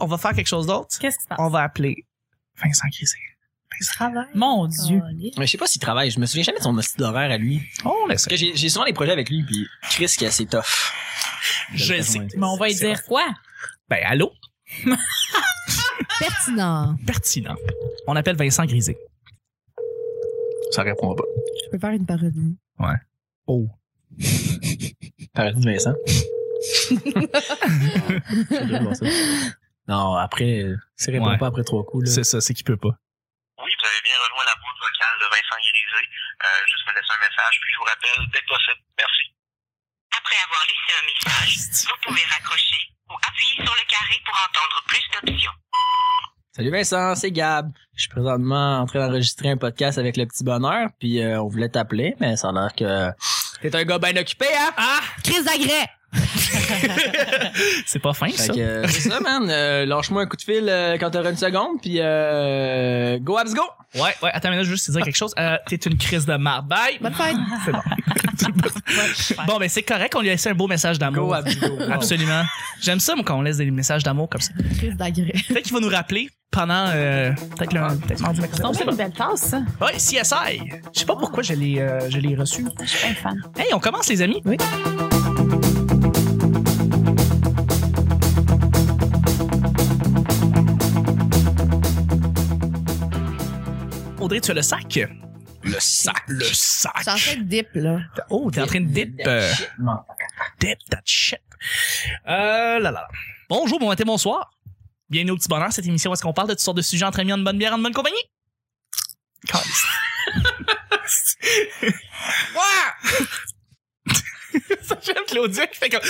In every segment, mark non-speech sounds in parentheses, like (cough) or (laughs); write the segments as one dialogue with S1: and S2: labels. S1: on va faire quelque chose d'autre.
S2: Qu'est-ce qui se passe?
S1: On va appeler Vincent Grisé. Vincent.
S3: Travail.
S2: Mon Dieu.
S4: Mais je sais pas s'il travaille, je me souviens jamais de son hostie d'horaire à lui.
S1: On
S4: Parce
S1: l'essaie.
S4: que j'ai j'ai souvent des projets avec lui, puis Chris qui est assez tough.
S1: Je sais.
S2: Mais on va lui dire quoi?
S1: Ben, allô?
S3: Pertinent.
S1: Pertinent. On appelle Vincent Grisé. Ça répond pas.
S3: Je peux faire une parodie.
S1: Oh.
S4: Paradis
S1: (laughs)
S4: Vincent. (laughs) non, après, euh, s'il répond
S1: Ouais.
S4: pas après trois coups, là.
S1: C'est ça, c'est qu'il peut pas.
S5: Oui, vous avez bien rejoint la boîte vocale de Vincent Grisé. Euh, juste me laisser un message, puis je vous rappelle dès que possible. Merci.
S6: Après avoir laissé un message, vous pouvez raccrocher ou appuyer sur le carré pour entendre plus d'options.
S4: Salut Vincent, c'est Gab. Je suis présentement en train d'enregistrer un podcast avec le petit bonheur, puis euh, on voulait t'appeler, mais ça a l'air que t'es un gars bien occupé, hein? Ah!
S3: Chris Agrès.
S1: C'est pas fin,
S4: Fait
S1: ça.
S4: que, euh, c'est ça, man. Euh, lâche-moi un coup de fil euh, quand t'auras une seconde, puis euh, go, abs, go!
S1: Ouais, ouais, attends, mais là, je veux juste te dire quelque chose. Euh, T'es une crise de marde. Bye! (laughs)
S3: Bonne fête.
S1: Bon, mais c'est correct, on lui a laissé un beau message
S4: Go,
S1: d'amour.
S4: abs, go. (laughs) Wow.
S1: Absolument. J'aime ça, moi, quand on laisse des messages d'amour comme ça.
S3: Chris Agrès.
S1: Peut-être qu'il va nous rappeler pendant euh, peut-être le peut-être mardi mercredi.
S2: Donc,
S1: on sait
S2: c'est
S1: pas.
S2: une belle tasse, ça.
S1: Ouais, CSI. Je sais pas pourquoi je l'ai euh, je l'ai reçu.
S2: Je suis bien fan.
S1: Hey, on commence les amis.
S3: Oui.
S1: Audrey, tu as le sac.
S4: Le sac.
S1: Le sac.
S3: Je suis en train de dip, là.
S1: Oh, t'es en train de dip. euh, dip that shit. Euh, là, là, là. Bonjour, bon matin, bonsoir. Bienvenue au petit bonheur, cette émission où est-ce qu'on parle de toutes sortes de sujets entre amis, en bonne bière, en bonne compagnie. Calisse. (laughs) Ça, J'aime Claudia qui fait comme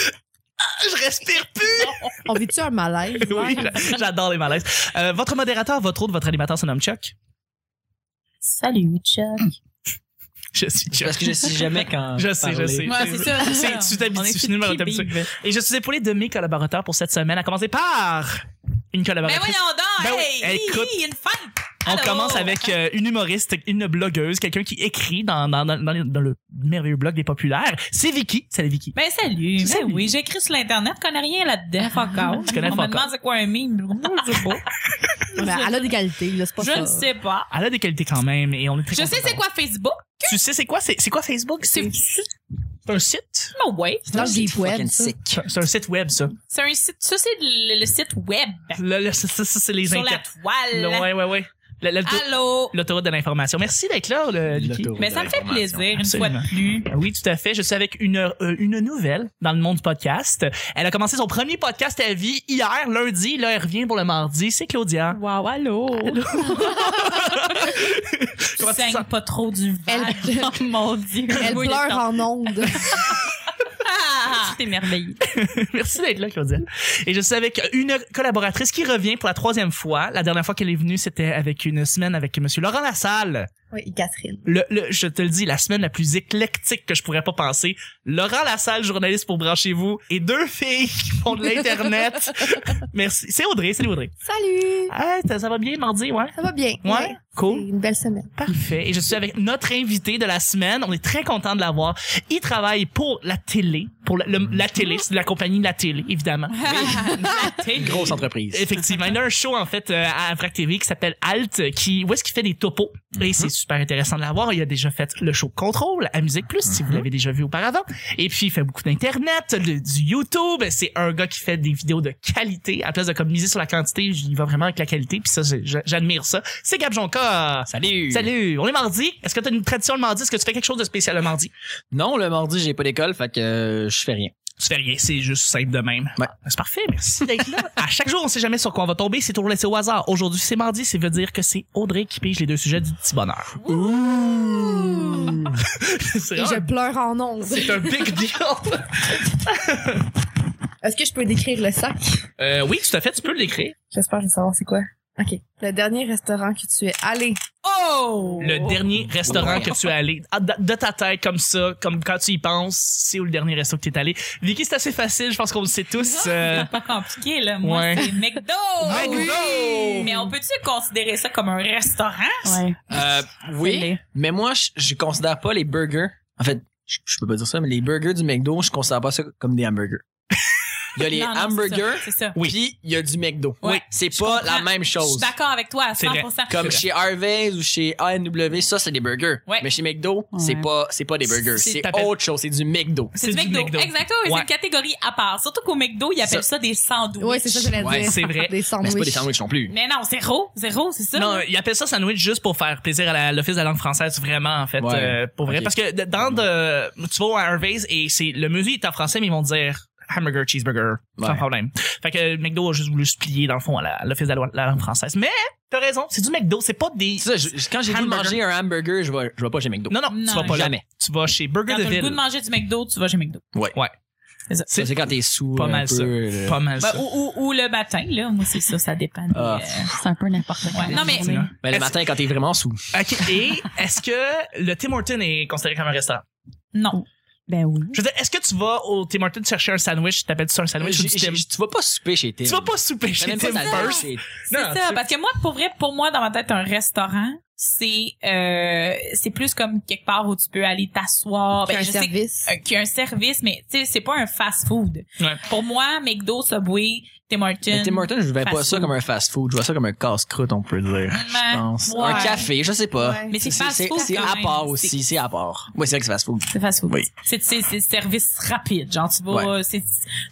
S1: Ah, je respire plus.
S3: On vit-tu
S2: (laughs)
S3: un malaise?
S1: (laughs) Oui,
S3: ouais?
S1: j'a- j'adore les malaises. Euh, votre modérateur, votre autre, votre animateur se nomme Chuck.
S2: Salut,
S1: (laughs)
S2: Chuck.
S1: Je suis Chuck.
S4: Parce que je sais jamais quand.
S1: Je sais, je sais.
S2: Ouais, c'est ça. c'est
S1: C'est-
S2: ça.
S1: tu t'habitues,
S2: On est Ben
S1: tu nous
S2: toutes
S1: t'habitues.
S2: qui vivent.
S1: Et je suis épaulé de mes collaborateurs pour cette semaine, à commencer par une
S2: Mais
S1: collaboratrice.
S2: voyons donc,
S1: Ben oui,
S2: hey,
S1: écoute.
S2: hi, hi, une fan.
S1: On
S2: Allô?
S1: commence avec euh, une humoriste, une blogueuse, quelqu'un qui écrit dans, dans, dans- dans le- dans le merveilleux blog des populaires. C'est Vicky. Salut Vicky.
S2: Ben salut, ben
S1: Salut.
S2: oui, j'écris sur l'internet, connais
S1: (laughs)
S2: rien là-dedans, fuck off.
S1: Tu connais
S2: On
S1: fuck
S2: me demande c'est quoi un meme, je sais pas.
S3: Mais elle a des qualités, là. C'est (laughs) pas ça.
S2: Je ne sais pas.
S1: Elle a des qualités quand même et on est très
S2: Je sais
S1: contents.
S2: c'est quoi Facebook,
S1: Tu sais c'est quoi c'est c'est quoi Facebook
S2: c'est
S1: C'est un site.
S2: non ouais,
S3: C'est dans le deep web,
S4: Fucking
S3: ça.
S4: sick.
S1: C'est un site web ça.
S2: c'est un site, ça c'est le, le site web
S1: Là, là, ça, ça, ça, c'est les
S2: sur la
S1: internet.
S2: toile.
S1: Ouais ouais ouais. La- la-
S2: Allô.
S1: L'autoroute de l'information. Merci d'être là, le- Vicky.
S4: L'autoroute
S2: Mais ça
S4: de
S2: me fait
S4: l'information.
S2: plaisir une
S1: Absolument.
S2: fois de plus.
S1: Oui, tout à fait. Je suis avec une, euh, une nouvelle dans le monde du podcast. Elle a commencé son premier podcast à vie hier, lundi. Là, elle revient pour le mardi. C'est Claudia.
S2: Wow, allô. Tu
S1: Comment tu te
S2: saignes
S1: sens?
S2: pas trop du ventre.
S3: Elle-
S2: Oh mon dieu.
S3: Elle
S2: Oui,
S3: pleure
S2: d'accord.
S3: en ondes.
S2: Ah, t'es merveilleux.
S1: (laughs) Merci d'être là, Claudia. Et je suis avec une collaboratrice qui revient pour la troisième fois. La dernière fois qu'elle est venue, c'était avec une semaine avec Monsieur Laurent Lassalle.
S3: Oui, Catherine.
S1: Le, le- je te le dis, la semaine la plus éclectique que je pourrais pas penser. Laurent Lassalle, journaliste pour Branchez-vous, et deux filles qui font de l'Internet. Merci. C'est Audrey, c'est Audrey.
S3: Salut!
S1: Ah, ça, ça va bien mardi, ouais?
S3: Ça va bien?
S1: Ouais, cool.
S3: C'est Une belle semaine.
S1: Parfait. Et je suis avec notre invité de la semaine. On est très content de l'avoir. Il travaille pour la télé, pour la, le- la télé, c'est de la compagnie de la télé, évidemment.
S4: C'est une grosse entreprise.
S1: Effectivement, il a un show en fait euh, à Vrac TV qui s'appelle Alt, qui où est-ce qu'il fait des topos et c'est super intéressant de l'avoir. Il a déjà fait le show Contrôle à Musique Plus si vous l'avez déjà vu auparavant. Et puis il fait beaucoup d'internet, de- du YouTube. C'est un gars qui fait des vidéos de qualité à la place de comme miser sur la quantité, il va vraiment avec la qualité. Puis ça, j'ai- j'admire ça. C'est Gab Jonca.
S4: Salut.
S1: Salut, on est mardi. Est-ce que tu as une tradition le mardi? Est-ce que tu fais quelque chose de spécial le mardi?
S4: Non, le mardi, j'ai pas d'école, fait que euh, je fais rien.
S1: Tu fais rien, c'est juste simple de même. Ah,
S4: Ouais.
S1: C'est parfait, merci d'être là. (laughs) à chaque jour, on sait jamais sur quoi on va tomber, c'est toujours laissé au hasard. Aujourd'hui, c'est mardi, ça veut dire que c'est Audrey qui pige les deux sujets du petit bonheur. (laughs) c'est
S3: Et je pleure en ondes.
S1: c'est un big deal.
S3: Est-ce que je peux décrire le sac?
S1: Euh, oui, tout à fait, tu peux l'écrire.
S3: J'espère que je vais savoir c'est quoi. OK. Le dernier restaurant que tu es allé.
S2: Oh!
S1: Le dernier restaurant que tu es allé, Ah, de de ta tête comme ça, comme quand tu y penses, c'est où le dernier resto que tu es allé. Vicky, c'est assez facile, je pense qu'on le sait tous. Euh,
S2: C'est pas compliqué, là. Moi,
S1: Ouais.
S2: c'est McDo!
S1: McDo!
S2: Mais on peut-tu considérer ça comme un restaurant? Ouais.
S4: Euh, oui, mais moi, je, je considère pas
S2: (laughs)
S4: les burgers. En fait, je, je peux pas dire ça, mais les burgers du McDo, je considère pas ça comme des hamburgers. il y a les
S2: Non, non, c'est
S4: hamburgers,
S2: ça, C'est ça.
S1: Oui.
S4: puis il y a du McDo.
S2: Ouais.
S4: C'est
S2: Je
S4: pas
S2: comprends.
S4: la même
S2: Je suis
S4: chose.
S2: d'accord avec toi à
S1: C'est vrai.
S2: 100%.
S4: Comme
S1: C'est
S4: chez Harvey's ou chez A&W, ça c'est des burgers.
S2: Ouais.
S4: Mais chez McDo, c'est
S7: Ouais.
S4: pas c'est pas des burgers,
S1: C'est-
S4: c'est
S1: t'appelles-
S4: autre chose, c'est du McDo.
S2: C'est du McDo. Exactement,
S1: Ouais.
S2: c'est une catégorie à part. Surtout qu'au McDo, ils appellent ça, des sandwichs.
S7: Ouais, c'est ça que j'allais
S4: Ouais,
S7: dire.
S1: c'est vrai.
S7: Des
S4: Mais c'est pas des
S7: sandwichs.
S4: sandwichs non plus.
S2: Mais non, zéro, zéro, c'est ça.
S4: hein?
S1: Non, il appelle ça sandwich juste pour faire plaisir à la- l'Office de la langue française, vraiment, en fait.
S4: Ouais.
S1: euh, pour vrai.
S4: Ok.
S1: Parce que de- dans de, tu vas à Harvey's et c'est, le menu est en français, mais ils vont dire hamburger, cheeseburger. Sans
S4: Ouais.
S1: problème. Fait que euh, McDo a juste voulu se plier, dans le fond, à la- à l'Office de la, la langue française. Mais, t'as raison, c'est du McDo, c'est pas des.
S4: C'est ça, je- quand j'ai dit de
S1: Hamburger.
S4: manger un hamburger, je vais je vais pas chez McDo.
S1: Non, non,
S2: Non,
S1: tu vas pas là.
S4: jamais.
S1: Tu vas chez Burger
S2: Quand
S1: de
S2: t'as le goût de
S1: Ville.
S2: manger du McDo, tu vas chez McDo.
S4: Ça,
S1: C'est
S4: c'est quand t'es sous
S1: pas
S4: un
S1: mal
S4: peu,
S1: ça.
S4: euh,
S1: Pas mal
S2: Ben,
S1: ça.
S2: ou, ou, ou le matin, là. Moi, c'est ça, ça dépend. des,
S4: Ah.
S2: euh,
S7: C'est un peu n'importe quoi.
S2: Ouais. Non, mais-
S7: Journée.
S4: Mais le
S1: Est-ce-
S4: matin quand t'es vraiment sous.
S1: Ok, (laughs) Et est-ce que le Tim Horton est considéré comme un restaurant?
S2: non.
S7: Ben oui.
S1: Je veux dire, est-ce que tu vas au Tim Hortons chercher un sandwich, t'appelles ça un sandwich ou
S4: Euh, J'ai-
S1: du Tim?
S4: j'ai- Tu vas pas souper chez Tim.
S1: Tu vas pas souper
S4: Je
S1: chez
S4: connais
S1: Tim
S4: même pas ta-
S1: Hortons.
S4: c'est-
S2: C'est
S1: Non,
S2: ça.
S1: c'est-
S2: Parce que moi, pour vrai, pour moi, dans ma tête, un restaurant, c'est, euh, c'est plus comme quelque part où tu peux aller t'asseoir.
S7: Puis
S2: Ben,
S7: un
S2: je sais que-
S7: service.
S2: euh, qu'il y a un service, mais tu sais, c'est pas un fast-food.
S1: Ouais.
S2: Pour moi, McDo, Subway, Tim Hortons.
S4: Mais Tim Hortons, je ne pas
S2: fast
S4: ça
S2: food.
S4: comme un fast-food. Je vois ça comme un casse-croûte, on peut dire. Je
S2: Ouais.
S4: pense.
S2: Ouais.
S4: Un café, je sais pas.
S3: Ouais.
S2: Mais c'est
S4: C'est- c'est-
S2: fast-food.
S4: C'est
S2: quand
S4: à
S2: même.
S4: part
S2: C'est-
S4: aussi, c'est à part. Oui, c'est vrai que c'est fast-food.
S2: C'est fast food.
S4: Oui.
S2: C'est c'est c'est service rapide, genre tu vas
S4: Ouais.
S2: euh, c'est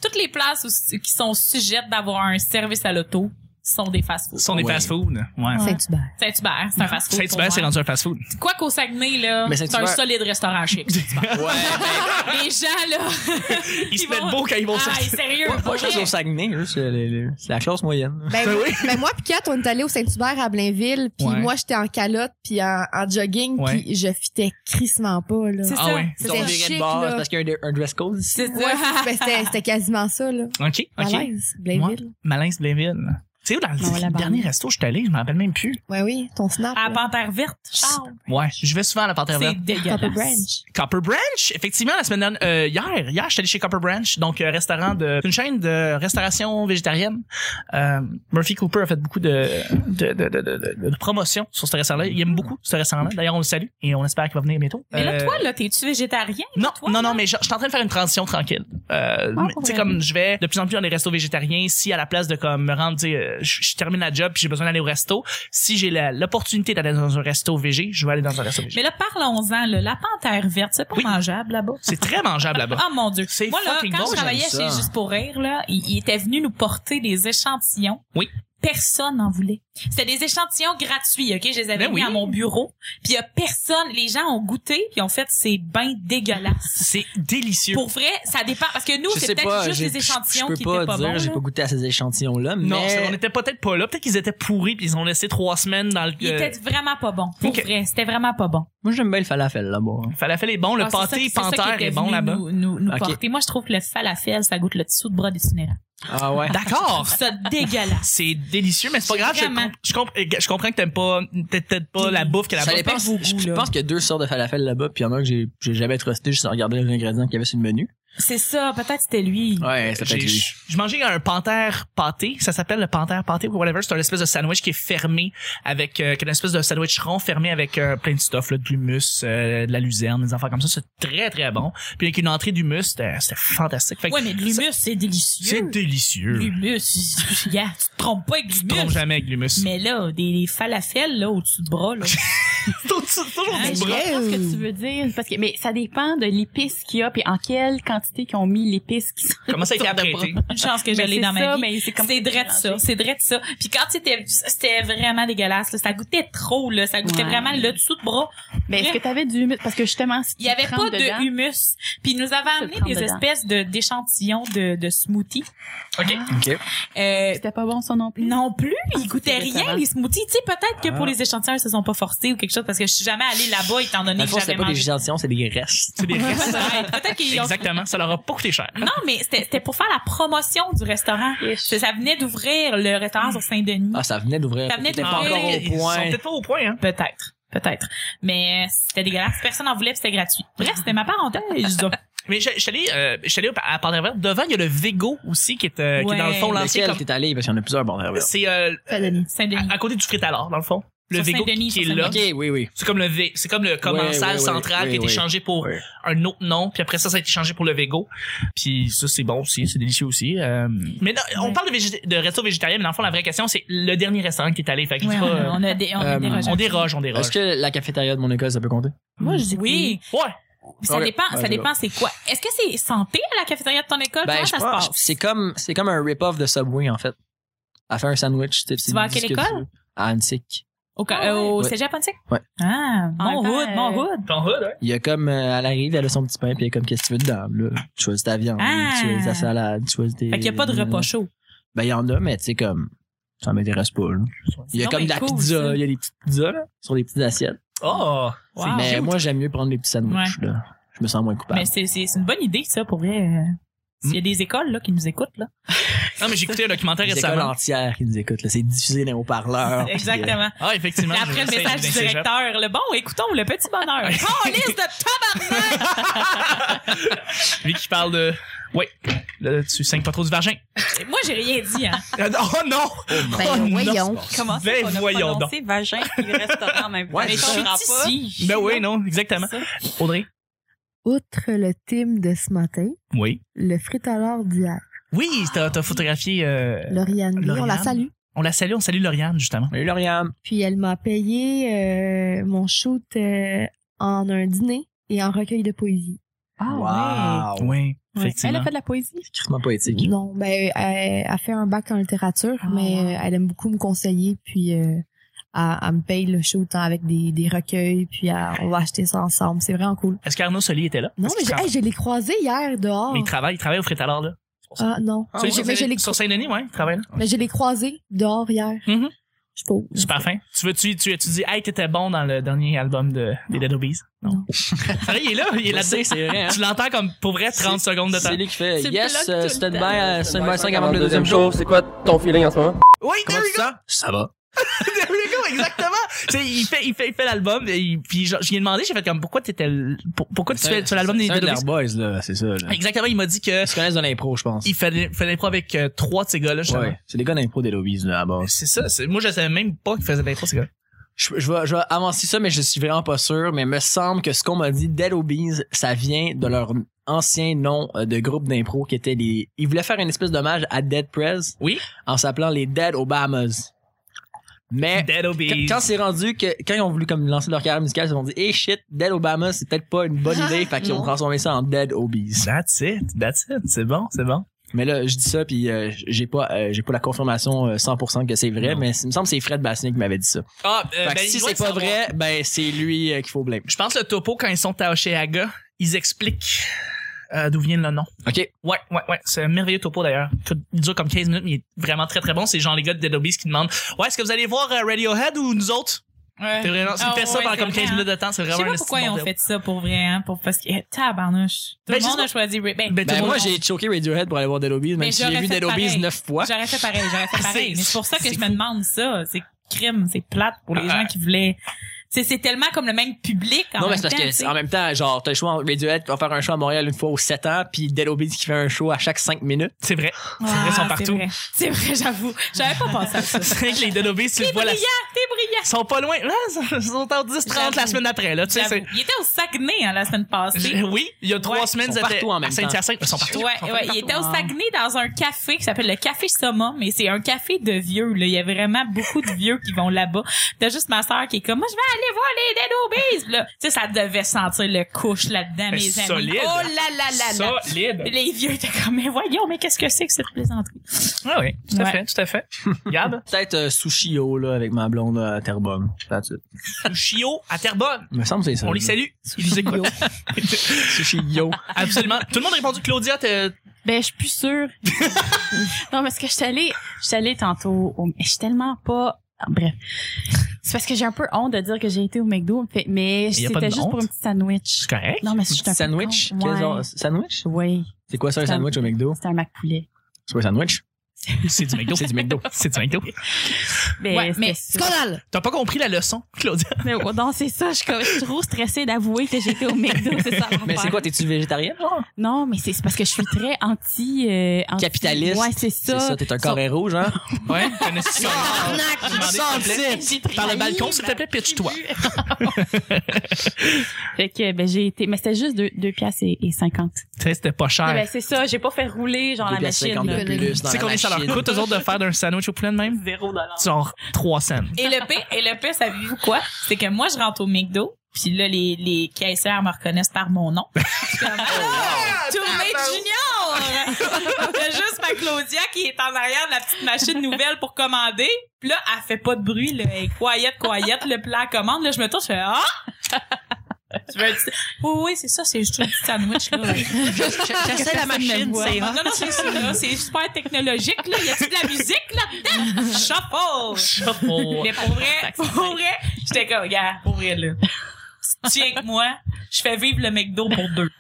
S2: toutes les places où- qui sont sujettes d'avoir un service à l'auto sont des fast food.
S1: Ce sont des
S4: Ouais.
S1: fast-food. Ouais.
S7: Saint-Hubert.
S2: Saint-Hubert, c'est un fast food.
S1: Saint-Hubert, c'est rendu un fast-food.
S2: (laughs) Quoi qu'au Saguenay là,
S4: Mais
S2: c'est un
S4: Saint-Hubert-
S2: solide restaurant
S1: (laughs)
S2: chic.
S4: Ouais, mais
S2: les gens là,
S1: Ils se
S2: Ils
S1: mettent
S2: vont-
S1: beaux quand ils vont
S2: ah,
S1: sortir.
S2: sérieux.
S4: pas
S2: pour
S4: juste
S2: vrai.
S4: au Saguenay, juste euh, le- le- c'est la classe moyenne.
S7: Ben,
S1: Ben
S3: (laughs)
S1: oui.
S7: ben moi pis Kat, on est allé au Saint-Hubert à Blainville, puis
S1: Ouais.
S7: moi j'étais en calotte puis en, en jogging,
S1: Ouais.
S7: puis je fitais crissement pas là.
S2: C'est
S1: Ah
S2: ça.
S1: ouais.
S4: Ils
S7: C'était
S4: ont viré de
S7: chic,
S4: bord,
S7: là.
S4: c'est parce qu'il y a un, un dress code ici.
S2: C'est ça.
S7: Ouais, ben, c'était c'était quasiment ça là.
S1: OK, OK.
S7: Malaise, Blainville.
S1: Malin Blainville. Tu sais où dans
S7: Non,
S1: le
S7: là-bas.
S1: dernier resto où je suis allé, je m'en rappelle même plus.
S7: Ouais oui, ton snap.
S2: À
S7: là.
S2: Panthère verte, Charles.
S1: Ouais, je vais souvent à la Panthère
S2: C'est
S1: Verte.
S2: dégueulasse.
S7: Copper
S1: (laughs)
S7: Branch.
S1: Copper Branch, effectivement, la semaine dernière, euh, hier, hier, je suis allé chez Copper Branch, donc euh, restaurant de, une chaîne de restauration végétarienne. Euh, Murphy Cooper a fait beaucoup de de, de, de, de, de- de promotion sur ce restaurant-là. Il aime beaucoup ce restaurant-là. D'ailleurs, on le salue et on espère qu'il va venir bientôt.
S2: Mais là
S1: Euh,
S2: toi là, t'es-tu végétarien
S1: Non,
S2: toi,
S1: non,
S2: là?
S1: non, mais je, je suis en train de faire une transition tranquille. Euh,
S7: Ah,
S1: mais tu sais,
S7: ouais.
S1: comme je vais de plus en plus dans les restos végétariens, si à la place de comme me rendre, tu sais, euh, je, je termine la job puis j'ai besoin d'aller au resto, si j'ai la- l'opportunité d'aller dans un resto végé, je vais aller dans un resto végé.
S2: Mais là parlons-en là, la Panthère verte, c'est pas
S1: Oui.
S2: mangeable là-bas.
S1: C'est très mangeable là-bas.
S2: (laughs) Ah mon dieu.
S1: C'est
S2: Moi là,
S1: fucking
S2: quand
S1: bon,
S2: je travaillais
S4: j'aime ça.
S2: chez Juste pour rire là, il, il était venu nous porter des échantillons.
S1: Oui.
S2: Personne n'en voulait. C'était des échantillons gratuits, OK, je les avais
S1: Ben
S2: mis
S1: oui.
S2: à mon bureau, puis il y a personne, les gens ont goûté, puis ont fait c'est ben dégueulasse.
S1: C'est délicieux.
S2: Pour vrai, ça dépend parce que nous,
S4: je
S2: c'est
S4: sais
S2: peut-être
S4: pas,
S2: juste
S4: j'ai-
S2: des échantillons
S4: je
S2: qui
S4: peux
S2: étaient
S4: pas
S2: pas
S4: dire,
S2: bons.
S4: j'ai
S2: là.
S4: pas goûté à ces échantillons-là, mais
S1: Non, c'est- on était peut-être pas là. Peut-être qu'ils étaient pourris puis ils ont laissé trois semaines dans le. euh,
S2: Il était vraiment pas bon. Pour
S1: Ok.
S2: vrai, c'était vraiment pas bon.
S4: moi j'aime bien le falafel là-bas. hein.
S1: Falafel est bon, le
S2: Ah, c'est ça
S1: pâté
S2: qui- c'est ça qui
S1: panthère
S2: était
S1: est bon
S2: venu
S1: là-bas.
S2: Nous, nous, nous
S4: Ok.
S2: porter. Moi, je trouve que le falafel, ça goûte le dessous de bras d'itinérant.
S4: Ah ouais.
S1: D'accord.
S2: Ça dégueulasse.
S1: C'est délicieux, mais c'est pas grave. Je,
S2: Vraiment.
S1: comp- je, comp- je comprends que t'aimes pas, t'aimes peut-être pas la bouffe que la
S4: Ça
S1: bouffe.
S4: dépend,
S2: vos goûts,
S4: je
S2: là.
S4: pense qu'il y a deux sortes de falafel là-bas, puis il y en a un que j'ai j'ai jamais trusté juste en regardant les ingrédients qu'il y avait sur le menu. Euh,
S2: C'est ça, peut-être c'était lui.
S4: Ouais, ça peut
S1: Euh, J'ai-
S4: être lui.
S1: Je mangeais un panthère pâté, ça s'appelle le panthère pâté ou whatever, c'est un espèce de sandwich qui est fermé avec euh, qui est une espèce de sandwich rond fermé avec euh, plein de stuff là, de l'humus, euh, de la luzerne, des affaires comme ça, c'est très très bon. Puis avec une entrée d'humus, c'était c'était fantastique. Fait que
S2: Ouais, mais de l'humus, c'est délicieux.
S1: c'est délicieux.
S2: L'humus, (laughs) yeah, tu te trompes pas avec
S1: Tu te trompes
S2: l'humus.
S1: jamais avec l'humus.
S2: Mais là, des, des falafels là au-dessus de bras là.
S1: C'est toujours
S7: Ah,
S1: du
S7: je
S1: bras.
S7: comprends ce ce que que tu veux dire parce que mais ça dépend de l'épice qu'il y a puis en quelle quantité qu'ils ont mis l'épice qui Ben,
S1: Comment ça a été apprêté?
S2: Une chance que je l'ai dans ma vie.
S7: c'est
S2: C'est vrai de ça, c'est vrai de ça. Puis quand c'était c'était vraiment dégueulasse, là, ça goûtait trop là, ça goûtait
S7: Ouais.
S2: vraiment le dessous de bras.
S7: Mais Ben, est-ce que t'avais du humus parce que justement si
S2: Il y avait pas de humus. Puis ils nous avait amené
S7: prendre
S2: des
S7: dedans.
S2: espèces de d'échantillons de de smoothies.
S1: OK.
S4: Ok.
S2: Euh,
S7: C'était pas bon ça non plus.
S2: Non plus,
S7: Ah,
S2: ils goûtaient
S7: c'est
S2: rien
S7: décevant.
S2: les smoothies. Tu sais, peut-être que
S4: Ah.
S2: pour les échantillons, ils se sont pas forcés ou quelque chose parce que je suis jamais allée là-bas étant
S4: Dans
S2: donné
S4: le
S2: que
S4: fond, c'était
S2: j'avais
S4: pas des
S2: mangé.
S4: échantillons, c'est des
S2: (laughs)
S4: restes.
S1: C'est des restes.
S2: Peut-être peut-être qu'ils ont
S1: Exactement, ça leur a pas coûté cher.
S2: Non, mais c'était c'était pour faire la promotion du restaurant. Ça ça venait d'ouvrir le restaurant sur Saint-Denis.
S4: Ah, ça venait d'ouvrir.
S2: Ça venait
S4: C'était
S1: Ah,
S4: pas
S2: d'ouvrir.
S4: encore
S1: ils-
S4: au
S1: Ils sont
S4: point.
S1: peut-être pas au point hein.
S2: Peut-être. Peut-être. Mais euh, c'était dégueulasse. Personne n'en voulait, puis c'était gratuit. Bref, c'était ma parenthèse.
S1: Mais je je suis allé, euh, je suis allé à Panthère devant, il y a le Vego aussi qui est, euh, qui est dans le fond
S2: Ouais.
S1: lancé
S4: Lequel
S1: comme
S4: t'es allé? Parce qu'il y en a plusieurs, bon,
S2: Ben,
S1: c'est euh,
S4: Ah,
S2: Saint-Denis.
S1: à, à côté du fritalard dans le fond. le
S2: Sur
S1: Vego
S2: Saint-Denis,
S1: qui est
S2: sur
S1: là.
S2: Saint-Denis.
S4: oui, oui.
S1: C'est comme le V, c'est comme le commensal
S4: ouais,
S1: central
S4: ouais,
S1: qui a été
S4: ouais.
S1: changé pour
S4: Ouais.
S1: un autre nom, puis après ça ça a été changé pour le Vego. Puis ça c'est bon aussi, c'est délicieux aussi. euh, mais non, on
S2: Ouais.
S1: parle de, végé- de resto végétarien, mais dans le fond la vraie question c'est le dernier restaurant qui est allé. Fait que
S2: Ouais,
S1: c'est
S2: on,
S1: pas,
S2: a-
S1: euh,
S2: on a des, on a
S4: ah, euh,
S2: des
S1: on
S2: rejets.
S1: déroge, on déroge.
S4: Est-ce que la cafétéria de mon école, ça peut compter?
S7: Moi, je dis que
S2: oui.
S1: Ouais.
S2: Ça
S4: Ok.
S2: dépend,
S4: Ouais,
S2: ça
S4: je
S2: dépend c'est quoi. Est-ce que c'est santé à la cafétéria de ton école? Comment
S4: Ben, je
S2: ça se
S4: pense-
S2: passe?
S4: C'est comme, c'est comme un rip-off de Subway, en fait. Elle fait un sandwich. Tu
S2: vas à quelle école?
S4: À Antique.
S2: Au, ca-
S7: Ah ouais.
S2: euh, au
S4: Ouais.
S2: cégep antique?
S4: Ouais.
S2: Ah,
S7: En
S2: mon
S7: même temps,
S2: hood, mon
S7: euh,
S2: hood.
S1: Ton hood, ouais.
S4: Il y a comme, euh, elle arrive, elle a son petit pain, puis il y a comme, qu'est-ce que tu veux dedans? Là? Tu choisis ta viande,
S2: Ah.
S4: tu choisis ta salade, tu choisis des.
S2: Fait qu'il y a pas de repas chaud.
S4: Ben, il y en a, mais tu sais, comme, ça m'intéresse pas, là. Il y a
S2: Non,
S4: comme
S2: mais
S4: de la
S2: cool,
S4: pizza,
S2: ça.
S4: il y a des petites pizzas, là, sur des petites assiettes.
S1: Oh.
S2: Wow.
S4: mais moi, j'aime mieux prendre les petits sandwichs, là. Je me sens moins
S1: Bah.
S4: coupable.
S2: Mais c'est, c'est, c'est une bonne idée, ça, pour vrai. euh, S'il y
S1: Hmm.
S2: a des écoles, là, qui nous écoutent, là.
S1: Non mais j'ai écouté un
S4: (laughs)
S1: documentaire
S4: les écoles
S1: récemment.
S4: entières qui nous écoutent, là. C'est diffusé dans nos parleurs. puis, euh,
S2: (laughs) Exactement.
S1: Ah effectivement.
S2: Et
S1: je
S2: après le
S1: sais, d'un
S2: message du
S1: cégep.
S2: directeur, le bon, écoutons le petit
S1: (laughs)
S2: bonheur. Oh, liste de tabarnak!
S1: Lui qui parle de Ouais, là, tu saignes pas trop du
S2: (laughs)
S1: vagin.
S2: Moi, j'ai rien
S1: (laughs)
S2: dit, hein.
S1: Ah, non, Oh non!
S3: Ben,
S1: Oh, non.
S3: voyons.
S7: Comment ça
S1: Ben
S7: qu'on a
S1: voyons
S7: prononcé vagin puis restaurant en même temps?
S4: Ouais, c'est
S7: Mais
S4: ça.
S7: je comprends pas.
S2: ici.
S1: Ben oui, non, exactement. Audrey?
S3: Outre le team de ce matin,
S1: Oui.
S3: le fritalard d'hier,
S1: Oui, t'as t'as photographié... euh,
S3: Lauriane, B, on la
S1: Lauriane.
S3: salue.
S1: on la salue, on salue Lauriane, justement.
S4: Salut, Lauriane.
S3: Puis elle m'a payé euh, mon shoot euh, en un dîner et en recueil de poésie.
S7: Ah,
S4: wow.
S1: Oui,
S7: ouais. Ouais. Elle a
S1: effectivement.
S7: fait de la poésie.
S4: C'est crissement poétique.
S3: Non, ben elle a fait un bac en littérature,
S7: Ah,
S3: mais
S7: wow.
S3: euh, elle aime beaucoup me conseiller, puis euh, elle, elle me paye le shoot hein, avec des, des recueils, puis elle- on va acheter ça ensemble. C'est vraiment cool.
S1: Est-ce qu'Arnaud Soli était là?
S3: Non,
S1: Est-ce
S3: mais
S1: qu'il
S3: j'ai-
S1: travaille?
S3: hey, je l'ai croisé hier dehors.
S1: Mais il travaille, il travaille au fritalard, là.
S3: Ah non,
S4: Ah,
S1: Celui
S4: ouais.
S1: sur
S3: mais je
S1: Saint-
S3: l'ai-
S1: sur Saint-Denis, ouais, il travaille là.
S3: mais je l'ai croisé dehors hier.
S1: Mhm.
S3: Je sais pas.
S1: Super fin. Tu veux, tu, tu, tu dis, hey, t'étais bon dans le dernier album de, des Dead Obies? (laughs)
S3: Non.
S1: C'est vrai, il est là, il est
S4: Je
S1: là
S4: sais, c'est vrai, hein.
S1: Tu l'entends comme, pour vrai, 30 secondes de temps.
S4: C'est lui qui fait
S7: Tu
S4: Yes,
S7: bloques tout le
S4: stand by,
S7: temps.
S4: euh, stand by 5 avant le
S8: deuxième
S4: deuxième show.
S8: show. C'est quoi ton feeling en ce moment?
S1: Oui, there
S4: Comment
S1: you
S4: tu sens? Ça va.
S1: There you go,
S4: (laughs)
S1: exactement. tu sais, il fait, il fait, il fait l'album, et il- puis je, je lui ai demandé, j'ai fait comme, pourquoi t'étais, l- pour- pourquoi tu fais, tu fais l'album des
S4: C'est un
S1: Dead
S4: de
S1: Obies?
S4: leurs boys, là, c'est ça. Là.
S1: Exactement, il m'a dit que
S4: Ils se connaissent dans l'impro, je pense.
S1: il fallait, fallait l'impro avec euh, trois de ces gars-là, justement.
S4: Ouais, c'est des gars d'impro des lobbies, là, à la base.
S1: C'est ça, c'est, moi, je savais même pas qu'il faisait de l'impro, ces gars.
S4: Je, je, vais, je vais avancer ça, mais je suis vraiment pas sûr. Mais me semble que ce qu'on m'a dit, Dead Obies, ça vient de leur ancien nom euh, de groupe d'impro qui était les. Ils voulaient faire une espèce d'hommage à Dead Prez.
S1: Oui.
S4: En s'appelant les Dead Obamas.
S2: Eh,
S4: Mais
S1: Dead
S4: Quand,
S1: Obies.
S4: quand c'est rendu que quand ils ont voulu comme lancer leur carrière musicale, ils se sont dit "Hey shit, Dead Obama, c'est peut-être pas une bonne
S2: (laughs)
S4: idée", fait qu'ils ont
S3: Non.
S4: transformé ça en Dead Obies.
S1: That's it, that's it. C'est bon, c'est bon.
S4: Mais là, je dis ça puis euh, j'ai pas euh, j'ai pas la confirmation euh, 100% que c'est vrai,
S1: Non.
S4: mais il me semble que c'est Fred Bastien qui m'avait dit ça.
S1: Ah, euh,
S4: fait que
S1: ben,
S4: si
S1: il doit
S4: c'est
S1: le
S4: pas
S1: savoir.
S4: vrai, ben c'est lui euh, qu'il faut blâmer.
S1: Je pense le topo, quand ils sont à Oceaga, ils expliquent euh, d'où vient le nom.
S4: OK.
S1: Ouais, ouais, ouais. C'est un merveilleux topo d'ailleurs. Il dure comme 15 minutes, mais il est vraiment très très bon. C'est genre les gars de Dead Obies qui demandent Ouais, est-ce que vous allez voir euh, Radiohead ou nous autres
S2: Ouais.
S1: C'est vraiment, il
S2: Ah,
S1: fait ça
S2: ouais,
S1: pendant
S2: c'est
S1: comme 15
S2: vrai,
S1: minutes de temps. C'est
S2: Je
S1: vraiment
S2: sais pas
S1: un
S2: pourquoi
S1: esti
S2: ils
S1: de
S2: ont
S1: bordel.
S2: fait ça pour vrai, hein, pour parce que tabarnouche. Tout
S1: Ben,
S2: le
S1: je
S2: monde
S1: sais
S2: a choisi Ray. Ben,
S1: Ben, tout
S4: Ben
S1: le
S4: moi
S1: monde-
S4: j'ai choqué Radiohead pour aller voir Dead Obies, même
S2: Mais
S4: si j'ai
S2: j'aurais
S4: vu
S2: fait
S4: Dead Obies
S2: pareil.
S4: 9 fois.
S2: j'aurais fait pareil,
S1: (laughs)
S2: j'aurais fait pareil.
S1: C'est-
S2: Mais c'est pour ça que
S1: c'est
S2: je me demande ça. C'est crime, c'est plate pour les
S1: Ah.
S2: gens qui voulaient. C'est, c'est tellement comme le même public. En
S4: non mais
S2: même
S4: c'est parce
S2: temps,
S4: que
S2: tu sais.
S4: en même temps, genre t'as le choix entre Radiohead qui va faire un show à Montréal une fois aux 7 ans puis Dead Obies qui fait un show à chaque 5 minutes.
S1: C'est vrai. (laughs)
S2: Ah,
S1: vrai, ils sont
S2: c'est
S1: partout.
S2: vrai. C'est vrai, j'avoue. J'avais pas pensé à ça.
S1: C'est vrai que les Dead Obies, tu
S2: (laughs) T'es
S1: le vois, là,
S2: brillant, t'es brillant.
S1: ils sont pas loin. Là, (laughs) ils sont en 10-30 la
S2: J'avoue.
S1: semaine après. Là, tu sais, c'est-
S2: J'avoue. Il était au Saguenay hein, la semaine passée.
S1: Je- Oui, il y a trois
S2: Ouais.
S1: semaines,
S4: Ils sont
S1: ils étaient
S4: partout en même
S1: à Saint-Hyacinthe. Ils sont partout.
S2: Ouais,
S1: Ils sont
S2: ouais, il
S1: partout.
S2: était au Saguenay dans un café qui s'appelle le Café Soma, mais c'est un café de vieux, là. Il y a vraiment beaucoup de vieux qui vont là-bas. T'as juste ma sœur qui est comme, moi, je vais aller voir les Dead Obies, là. Tu sais, ça devait sentir le couche là-dedans,
S1: Mais
S2: mes amis.
S1: solide.
S2: Oh là là là là.
S1: Solide.
S2: Les vieux étaient comme, mais voyons, mais qu'est-ce que c'est que cette plaisanterie?
S1: Ah oui, tout à
S2: Ouais.
S1: fait, tout à (laughs) fait. Gab,
S4: Peut-être euh, Sushio là avec ma blonde à Terrebonne. That's it.
S1: Chio à Terrebonne.
S4: Il me semble que c'est ça.
S1: On les salue. Ils nous écoutent.
S4: Sushi Yo.
S1: Absolument. Tout le monde a répondu Claudia, t'es-
S7: Ben, je suis
S1: (laughs)
S7: plus sûre. non, parce que je suis allée, je suis allée tantôt au, mais je suis tellement pas, ah, bref. C'est parce que j'ai un peu honte de dire que j'ai été au McDo, fait- mais
S1: Il y a pas de
S7: c'était juste
S1: honte.
S7: pour un petit sandwich.
S1: c'est correct.
S7: Non, mais je suis un peu
S4: Sandwich?
S7: con.
S4: Quel
S7: Ouais.
S4: genre- Sandwich?
S7: Oui,
S4: C'est quoi ça, un
S7: Sam-
S4: sandwich au McDo?
S7: c'était un mac poulet.
S4: C'est quoi un sandwich?
S1: C'est du McDo.
S4: C'est du McDo.
S1: (laughs) C'est du McDo. Ben,
S7: Mais
S2: Ouais,
S7: c'était
S2: mais
S7: ça.
S3: Scandale!
S1: T'as pas compris la leçon, Claudia?
S7: Mais oh, non, c'est ça. Je suis comme- je suis trop stressée d'avouer que j'étais au McDo. C'est ça.
S4: (laughs) Mais c'est
S7: l'affaire.
S4: quoi, t'es-tu végétarien, genre?
S7: Non, mais c'est c'est parce que je suis très anti, euh, anti-
S4: Capitaliste.
S7: Ouais, c'est
S4: C'est
S7: ça.
S4: ça, t'es un carré rouge, hein?
S1: Ouais, connais-tu ça? Demandez, s'il te plaît. Par le balcon, s'il te plaît, pitch-toi.
S7: Fait que ben j'ai été, mais c'était juste 2 piastres et, et 50.
S1: Tu sais, C'était pas
S7: Eh
S1: cher.
S7: ben c'est ça, j'ai pas fait rouler genre la
S4: Deux piastres
S7: machine.
S4: cinquante
S7: là.
S4: de plus
S1: Tu
S4: dans
S1: sais
S4: la
S1: combien ça leur
S4: machine.
S1: coûte, eux autres, de faire d'un sandwich au plein de même?
S7: Zéro dollar.
S1: Genre 3 cents.
S2: Et le pire, et le pire, savez-vous quoi? C'est que moi, je rentre au McDo, puis là, les, les caissières me reconnaissent par mon nom. Je
S1: (laughs)
S2: suis comme,
S1: Oh,
S2: Ah,
S1: (laughs)
S2: Tourmate Junior! Il y a juste ma Claudia qui est en arrière de la petite machine nouvelle pour commander. Puis là, elle fait pas de bruit, là. Elle est quiet, quiet, le plat commande. Là, je me tourne, je fais, ah! Tu veux un petit- Oui, oui, c'est ça, c'est juste un petit sandwich,
S1: (laughs)
S2: là.
S1: J'essaie la machine,
S2: Non, non, c'est ça, là. C'est super technologique, là. Y a-tu de la musique,
S1: (laughs)
S2: là-dedans? Shuffle! (laughs) Mais pour vrai, pour vrai, j'étais comme, gars, pour vrai, là. Si tu viens avec moi, je fais vivre le McDo pour deux.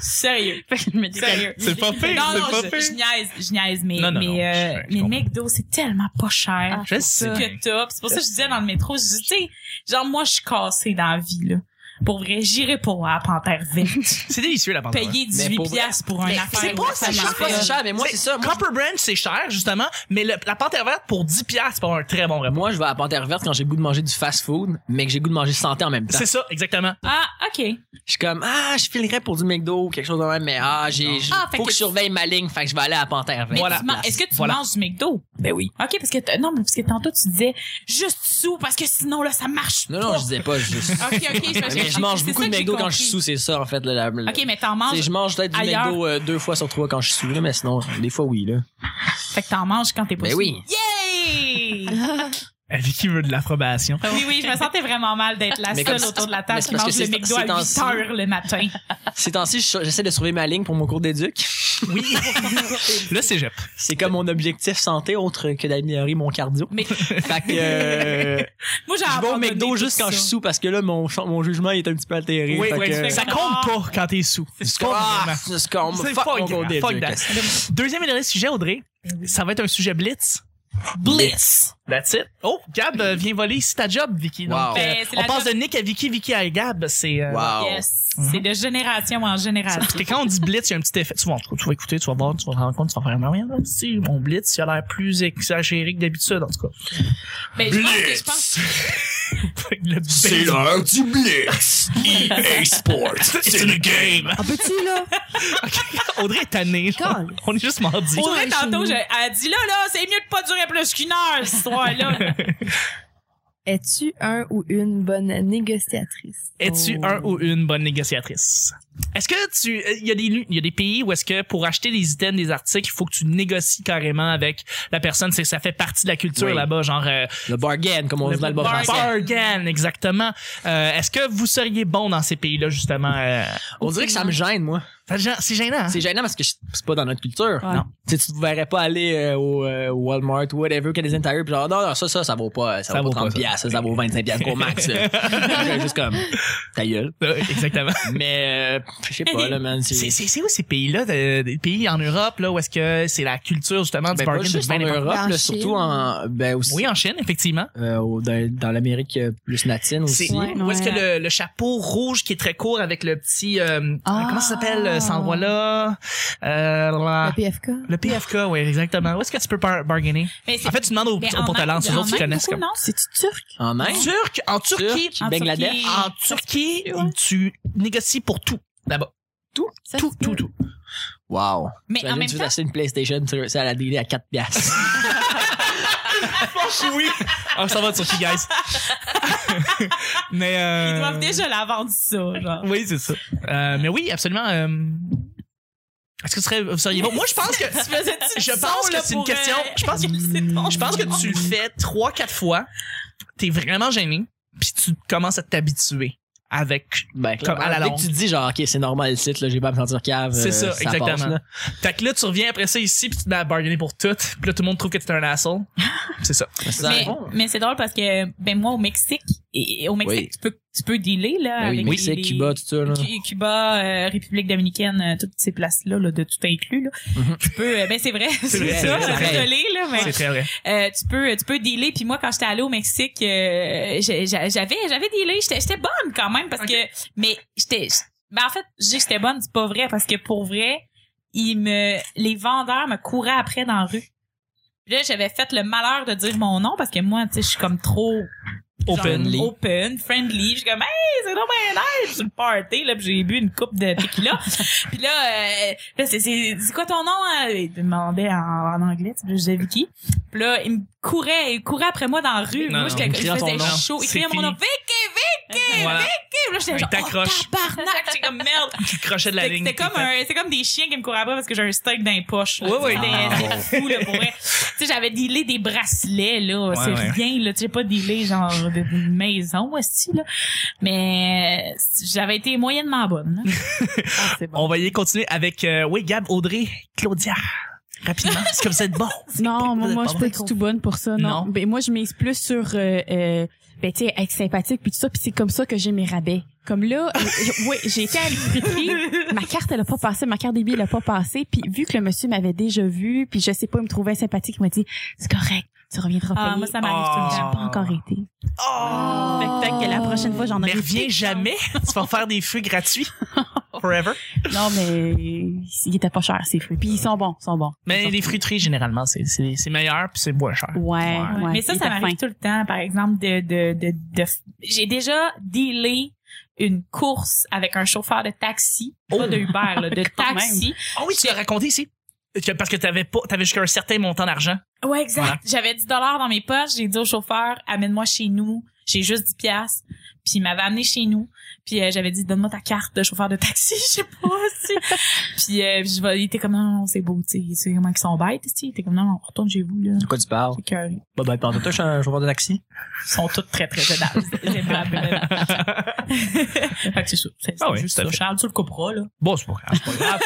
S2: Sérieux.
S7: Fait que je me dis,
S2: Sérieux.
S1: C'est pas pire,
S2: Non, non,
S1: c'est pas
S2: je, je
S1: pire.
S2: niaise, je niaise, mais,
S1: Non, non,
S2: mais,
S1: non,
S2: euh,
S1: je- je
S2: mais
S1: comprends.
S2: McDo, c'est tellement pas cher
S1: Je sais.
S2: que t'as. Puis C'est pour ça que je disais dans le métro, je dis, tu sais, genre, moi, je suis cassée dans la vie, là. Pour vrai, j'irai pas à la Panthère
S1: (laughs)
S2: verte.
S1: C'est délicieux, la pantalon.
S2: Payer
S4: Mais
S2: 18
S4: pour vrai-
S2: piastres pour un
S1: Mais
S2: affaire.
S1: c'est pas si cher,
S4: C'est pas si cher, mais moi, c'est ça. Moi,
S1: Copper Brand, c'est cher, justement, mais le- la panthère verte pour 10 piastres, c'est pas un très bon repas.
S4: Moi, je vais à la Panthère Verte quand j'ai le goût de manger du fast-food, mais que j'ai le goût de manger santé en même temps.
S1: C'est ça, exactement.
S2: Ah, ok.
S4: Je suis comme, ah, je filerais pour du McDo ou quelque chose de même, mais ah, j'ai, j-
S2: Ah, fait
S4: faut
S2: que
S4: que, je
S2: tu-
S4: surveille ma ligne, fait que je vais aller à la Panthère
S2: Mais
S4: Verte.
S2: Ben, tu man- est-ce que tu
S1: Voilà.
S2: manges du McDo?
S4: Ben oui.
S2: OK, parce que t- non, mais parce que tantôt tu disais juste sous parce que sinon là ça marche.
S4: Non, non, je disais
S1: (laughs)
S4: pas juste.
S2: OK,
S4: (laughs)
S2: OK, je,
S4: mais je mange beaucoup de McDo quand je suis sous, c'est ça, en fait. là, la- la-
S2: OK, mais t'en
S4: Tu sais,
S2: manges,
S4: je mange peut-être du
S2: ailleurs.
S4: McDo euh, deux fois sur trois quand je suis sous, là, mais sinon, des fois, oui. Là.
S2: fait que t'en manges quand t'es pas
S4: Ben
S2: sous.
S4: oui.
S2: Yay!
S1: Vicky veut de l'approbation.
S2: oui, oui, je me sentais vraiment mal d'être la
S4: Mais
S2: seule
S4: comme-
S2: autour de la
S4: mais
S2: table
S4: c'est
S2: qui
S4: parce
S2: mange
S4: que
S2: le
S4: c'est-
S2: McDo
S4: c'est
S2: à
S4: en
S2: 8
S4: sous.
S2: heures le matin.
S4: Ces temps-ci, je- j'essaie de surveiller ma ligne pour mon cours d'éduc.
S1: Oui. Le cégep.
S4: C'est comme mon objectif santé, autre que d'améliorer mon cardio. (laughs)
S2: Mais
S4: Fait que euh,
S2: moi j'ai
S4: je vais au
S2: abandonné
S4: McDo
S2: tout
S4: juste quand
S2: ça.
S4: je suis sous parce que là, mon, ch- mon jugement il est un petit peu altéré.
S1: Oui,
S4: fait
S1: oui,
S4: que-
S1: ça compte pas quand t'es sous.
S4: C'est
S1: Pas
S4: ah,
S1: vraiment.
S4: c'est comme-
S1: C'est
S4: fuck
S1: pas
S4: mon
S1: grave,
S4: cours d'éduc.
S1: fuck that. Deuxième et dernier sujet, Audrey. Ça va être un sujet blitz.
S2: Bliss.
S1: That's it. Oh, Gab euh, vient voler ici ta job, Vicky.
S4: Wow.
S1: Donc, euh,
S2: Ben, c'est
S1: on
S2: la
S1: passe
S2: job-
S1: de Nick à Vicky, Vicky à Gab. C'est. euh,
S4: Wow.
S2: Yes. C'est de génération en génération.
S1: Parce que Ah, quand on dit blitz, il y a un petit effet. Tu vas, tu vas écouter, tu vas voir, tu vas te rendre compte, tu vas faire un rien. Si, mon blitz, il a l'air plus exagéré que d'habitude, en tout cas. (laughs)
S2: Mais Ben, je pense que je pense
S1: Le blitz.
S8: l'heure du Blitz. EA
S1: (laughs)
S8: Sports. C'est le game.
S3: Un petit, là.
S1: Audrey est tannée. là.
S3: Colle.
S1: On est juste mardi.
S2: Pour vrai,
S3: Ouais, chez
S2: tantôt,
S3: nous.
S2: je- elle a dit là, là, c'est mieux de pas durer plus qu'une heure, cette
S4: (laughs)
S2: histoire-là.
S3: Es-tu un ou une bonne négociatrice?
S1: Es-tu
S3: Oh.
S1: un ou une bonne négociatrice? Est-ce que tu, euh, il y a des, lu- il y a des pays où est-ce que pour acheter des items, des articles, il faut que tu négocies carrément avec la personne, c'est ça fait partie de la culture
S4: Oui.
S1: là-bas, genre euh,
S4: Le bargain, comme on dit dans le bas
S1: bargain.
S4: français.
S1: Bargain, exactement. Euh, est-ce que vous seriez bon dans ces pays-là justement euh,
S4: On dirait que ça me gêne, moi.
S1: ça gê- C'est gênant. hein?
S4: C'est gênant parce que je- c'est pas dans notre culture.
S7: Ouais.
S4: Non. Tu sais, tu te verrais pas aller euh, au euh, au Walmart ou whatever, Canadian Tire, pis genre, non, non, ça, ça, ça vaut pas, ça, vaut pas 30
S1: ça.
S4: piastres, ça, ça vaut 25 piastres gros
S1: (laughs)
S4: max, là. Fait que Juste comme, ta gueule.
S1: Euh,
S4: (laughs)
S1: Exactement.
S4: Mais, euh, je sais pas, là, man.
S1: C'est c'est- c'est où ces pays-là, de- des pays en Europe là, où est-ce que c'est la culture justement du
S4: Ben, pas
S1: bargain
S4: juste
S1: de
S4: en
S1: bien n'importe-
S4: Europe,
S3: En
S4: là,
S3: Chine.
S4: surtout en, ben, aussi,
S1: Oui, en Chine, effectivement.
S4: euh, au- dans, dans l'Amérique euh, plus latine aussi.
S1: C'est
S7: Ouais.
S1: où est-ce que le, le chapeau rouge qui est très court avec le petit euh,
S7: Ah.
S1: comment ça s'appelle euh, cet endroit là euh,
S3: Le PFK?
S1: le PFK oui exactement où est-ce que tu peux par- bargainer
S2: Mais c'est-
S1: en fait tu demandes aux
S2: mais
S1: aux
S2: en
S1: porte-talents
S2: Inde-
S1: aux autres
S2: en
S1: qui
S2: Inde,
S1: connaissent
S2: beaucoup,
S1: comme
S2: non?
S7: C'est-tu turc?
S4: En Inde?
S1: Turc en Turquie
S4: Turc,
S2: en
S4: Bangladesh.
S2: Turquie.
S1: (laughs) en Turquie tu négocies pour tout là-bas
S7: Ça
S1: tout
S7: se
S1: tout
S7: peut.
S1: tout
S4: Wow.
S2: Mais en même
S4: tu
S2: temps,
S4: veux acheter une PlayStation, tu réussis à la dealer à 4 piastres.
S1: (laughs) (laughs) oui ah ça va Turquie guys
S2: (laughs)
S1: mais euh,
S2: Ils doivent déjà la vendre ça, genre.
S1: oui c'est ça Euh, mais oui absolument euh, est-ce que ce serait, vous seriez bon moi je pense que
S2: (laughs) Tu faisais-tu le
S1: je
S2: son,
S1: pense
S2: là,
S1: que c'est une
S2: pour,
S1: question.
S2: euh,
S1: Je pense que
S2: (laughs) c'est ton-
S1: je pense que tu le fais trois quatre fois, t'es vraiment gêné, puis tu commences à t'habituer avec.
S4: Ben,
S1: Comme à la
S4: dès
S1: longue.
S4: que tu te dis genre, OK, c'est normal le site, là, j'ai pas à me sentir cave.
S1: C'est
S4: euh,
S1: ça, exactement.
S4: passe, là.
S1: Fait que là tu reviens après ça ici puis tu te mets à bargainer pour tout, puis
S2: (laughs)
S1: là tout le monde trouve que t'es un asshole. C'est ça.
S4: Mais c'est
S2: Mais,
S4: bon.
S2: mais c'est drôle parce que ben moi au Mexique et- et au Mexique,
S4: Oui.
S2: tu peux, tu peux dealer, là.
S4: Ben oui,
S2: avec
S4: Mexique,
S2: les-
S4: Cuba, tout ça, là.
S2: Cu- Cuba, euh, République dominicaine, euh, toutes ces places-là, là, de tout inclus, là.
S4: Mhm.
S2: Tu peux, euh, ben, c'est vrai, c'est
S1: vrai,
S2: ça,
S1: c'est
S2: je suis
S4: vrai.
S2: désolée, là, mais.
S1: C'est très vrai.
S2: Euh, tu peux tu peux dealer puis moi quand j'étais allée au Mexique euh, j'ai- j'a- j'avais j'avais dealé j'étais j'étais bonne quand même parce que mais j'étais j- ben en fait je dis que j'étais bonne c'est pas vrai parce que pour vrai ils me les vendeurs me couraient après dans la rue Puis là j'avais fait le malheur de dire mon nom parce que moi tu sais je suis comme trop genre,
S1: Openly.
S2: open friendly je suis comme hey c'est donc bien nice sur le party là puis j'ai bu une coupe de tequila puis là, euh, là c'est, c'est, c'est quoi ton nom? hein? Il me demandait en, en anglais, tu sais, je disais Vicky. Puis là, il me courait, il courait après moi dans la rue.
S1: Non,
S2: moi,
S1: non,
S2: j'étais-
S1: il
S2: je
S4: criait ton
S2: faisais
S4: nom.
S2: chaud. Il
S1: C'est
S2: criait mon nom,
S1: fini.
S2: Vicky, Vicky,
S1: Voilà.
S2: Vicky! Puis là, j'étais
S1: Il
S2: genre,
S1: t'accroche.
S2: oh, tabarnak! J'étais comme, merde!
S1: Tu crochais de la
S2: C'était
S1: ligne.
S2: c'était
S1: puis
S2: comme, un- c'est comme des chiens qui me couraient après parce que j'ai un steak dans les poches. là.
S1: Oui, oui.
S2: C'était- C'était fou, là, pour vrai. Tu sais, j'avais dealé des bracelets, là. c'est
S1: ouais.
S2: rien, là. Tu sais, pas dealé, genre, de- d'une maison, aussi, là. Mais euh, j'avais été moyennement bonne. là.
S7: Ah, c'est bon.
S1: On va y continuer avec, euh, oui, Gab, Audrey, Claudia. Rapidement. C'est comme ça de
S2: (laughs)
S1: bon.
S7: Non, moi,
S1: vous
S7: moi,
S1: êtes
S7: je suis
S1: pas
S7: pas du tout bonne pour ça,
S1: Non.
S7: non. Ben, moi, je mise plus sur, euh, euh, ben, tu sais, être sympathique puis tout ça, puis c'est comme ça que j'ai mes rabais. Comme là, euh, j- ouais, j'ai été à l'épicerie, ma carte, elle a pas passé, ma carte débit, elle a pas passé, puis vu que le monsieur m'avait déjà vu, puis je sais pas, il me trouvait sympathique, il m'a dit, c'est correct, tu reviendras
S2: Ah,
S7: payer.
S2: moi, ça m'arrive tout le
S7: J'ai
S2: temps.
S7: pas encore été.
S1: Oh!
S7: Fait que peut-être que la prochaine fois, j'en
S1: Mais
S7: aurai
S1: reviens
S7: plus. hein.
S1: jamais. tu vas faire des fruits
S7: (laughs)
S1: gratuits. Forever.
S7: Non, mais il était pas cher, ces fruits. Puis ils sont bons, ils sont bons.
S1: Mais les fruiteries, généralement, c'est, c'est, c'est meilleur puis c'est moins cher.
S7: Ouais,
S1: Ouais.
S7: ouais.
S2: mais ça,
S7: il
S2: ça
S7: était fin.
S2: m'arrive tout le temps. Par exemple, de, de, de, de f- j'ai déjà dealé une course avec un chauffeur de taxi, pas de Uber, là, de
S7: Oh (laughs) Quand même.
S2: taxi.
S1: Ah oui, tu l'as raconté ici. Que- Parce que t'avais pas, t'avais jusqu'à un certain montant d'argent.
S2: Ouais, exact.
S1: Voilà.
S2: J'avais 10 dollars dans mes poches. J'ai dit au chauffeur, amène-moi chez nous. J'ai juste 10 piastres. Puis il m'avait amené chez nous. Puis euh, j'avais dit, donne-moi ta carte de chauffeur de taxi. (laughs) Je sais pas, si. Puis euh, je vais- il était comme, non, non, c'est beau, tu sais. C'est comment qu'ils sont bêtes, tu sais. Il était comme, non, non, retourne chez vous, là.
S4: De quoi tu parles?
S2: Fait que, euh, Ils
S4: Bah, ben, pendant tout, je suis un chauffeur de taxi.
S2: sont tous très, très aidables. (laughs) J'aime la fait que c'est ça. C'est c'est
S1: Ah ouais,
S2: juste
S1: tout à
S2: ça.
S1: fait.
S2: Charles, tu le couperas, là.
S1: Bon, c'est pas grave. c'est pas
S7: (laughs)
S1: grave.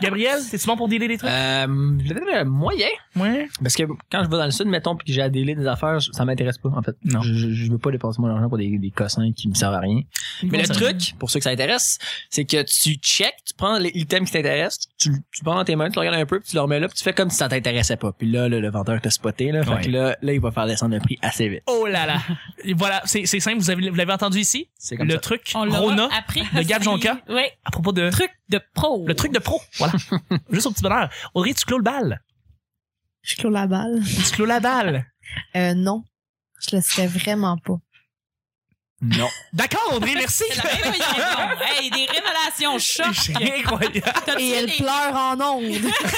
S1: Gabriel, t'es-tu bon pour dealer des trucs?
S4: Euh, le moyen.
S1: Ouais.
S4: Parce que quand je vais dans le sud, mettons, puis que j'ai à délai des affaires, je- ça m'intéresse pas, en fait.
S1: Non.
S4: Je, je- je veux pas dépenser mon argent pour des, des cossins qui me servent à rien. Mais le truc, pour ceux que ça intéresse, c'est que tu check, tu prends les- l'item qui t'intéresse, tu, tu prends dans tes mains, tu le regardes un peu, puis tu le remets là, puis tu fais comme si ça t'intéressait pas. Puis là, là, le vendeur t'a spoté, là.
S1: Ouais.
S4: Fait que là, là, il va faire descendre le prix assez vite.
S1: Oh là là. Et voilà, c'est, c'est simple, vous, avez, vous l'avez entendu ici.
S4: C'est comme
S1: Le
S4: ça.
S1: truc,
S2: On l'aura
S1: Rona,
S2: après.
S1: de Gab Jonca.
S2: Oui.
S1: à propos de...
S2: Truc de pro.
S1: Le truc de pro, (laughs) voilà. Juste au petit bonheur. Audrey, tu clôt le bal.
S3: Je clôt la balle.
S1: Tu clôt la balle.
S3: Euh, non. Je le serais vraiment pas.
S4: Non.
S1: D'accord, Audrey, merci.
S2: C'est la même raison. hey, des révélations chocs.
S1: C'est incroyable.
S2: T'as-tu
S3: Et elle
S2: les-
S3: pleure en ondes.
S4: ça,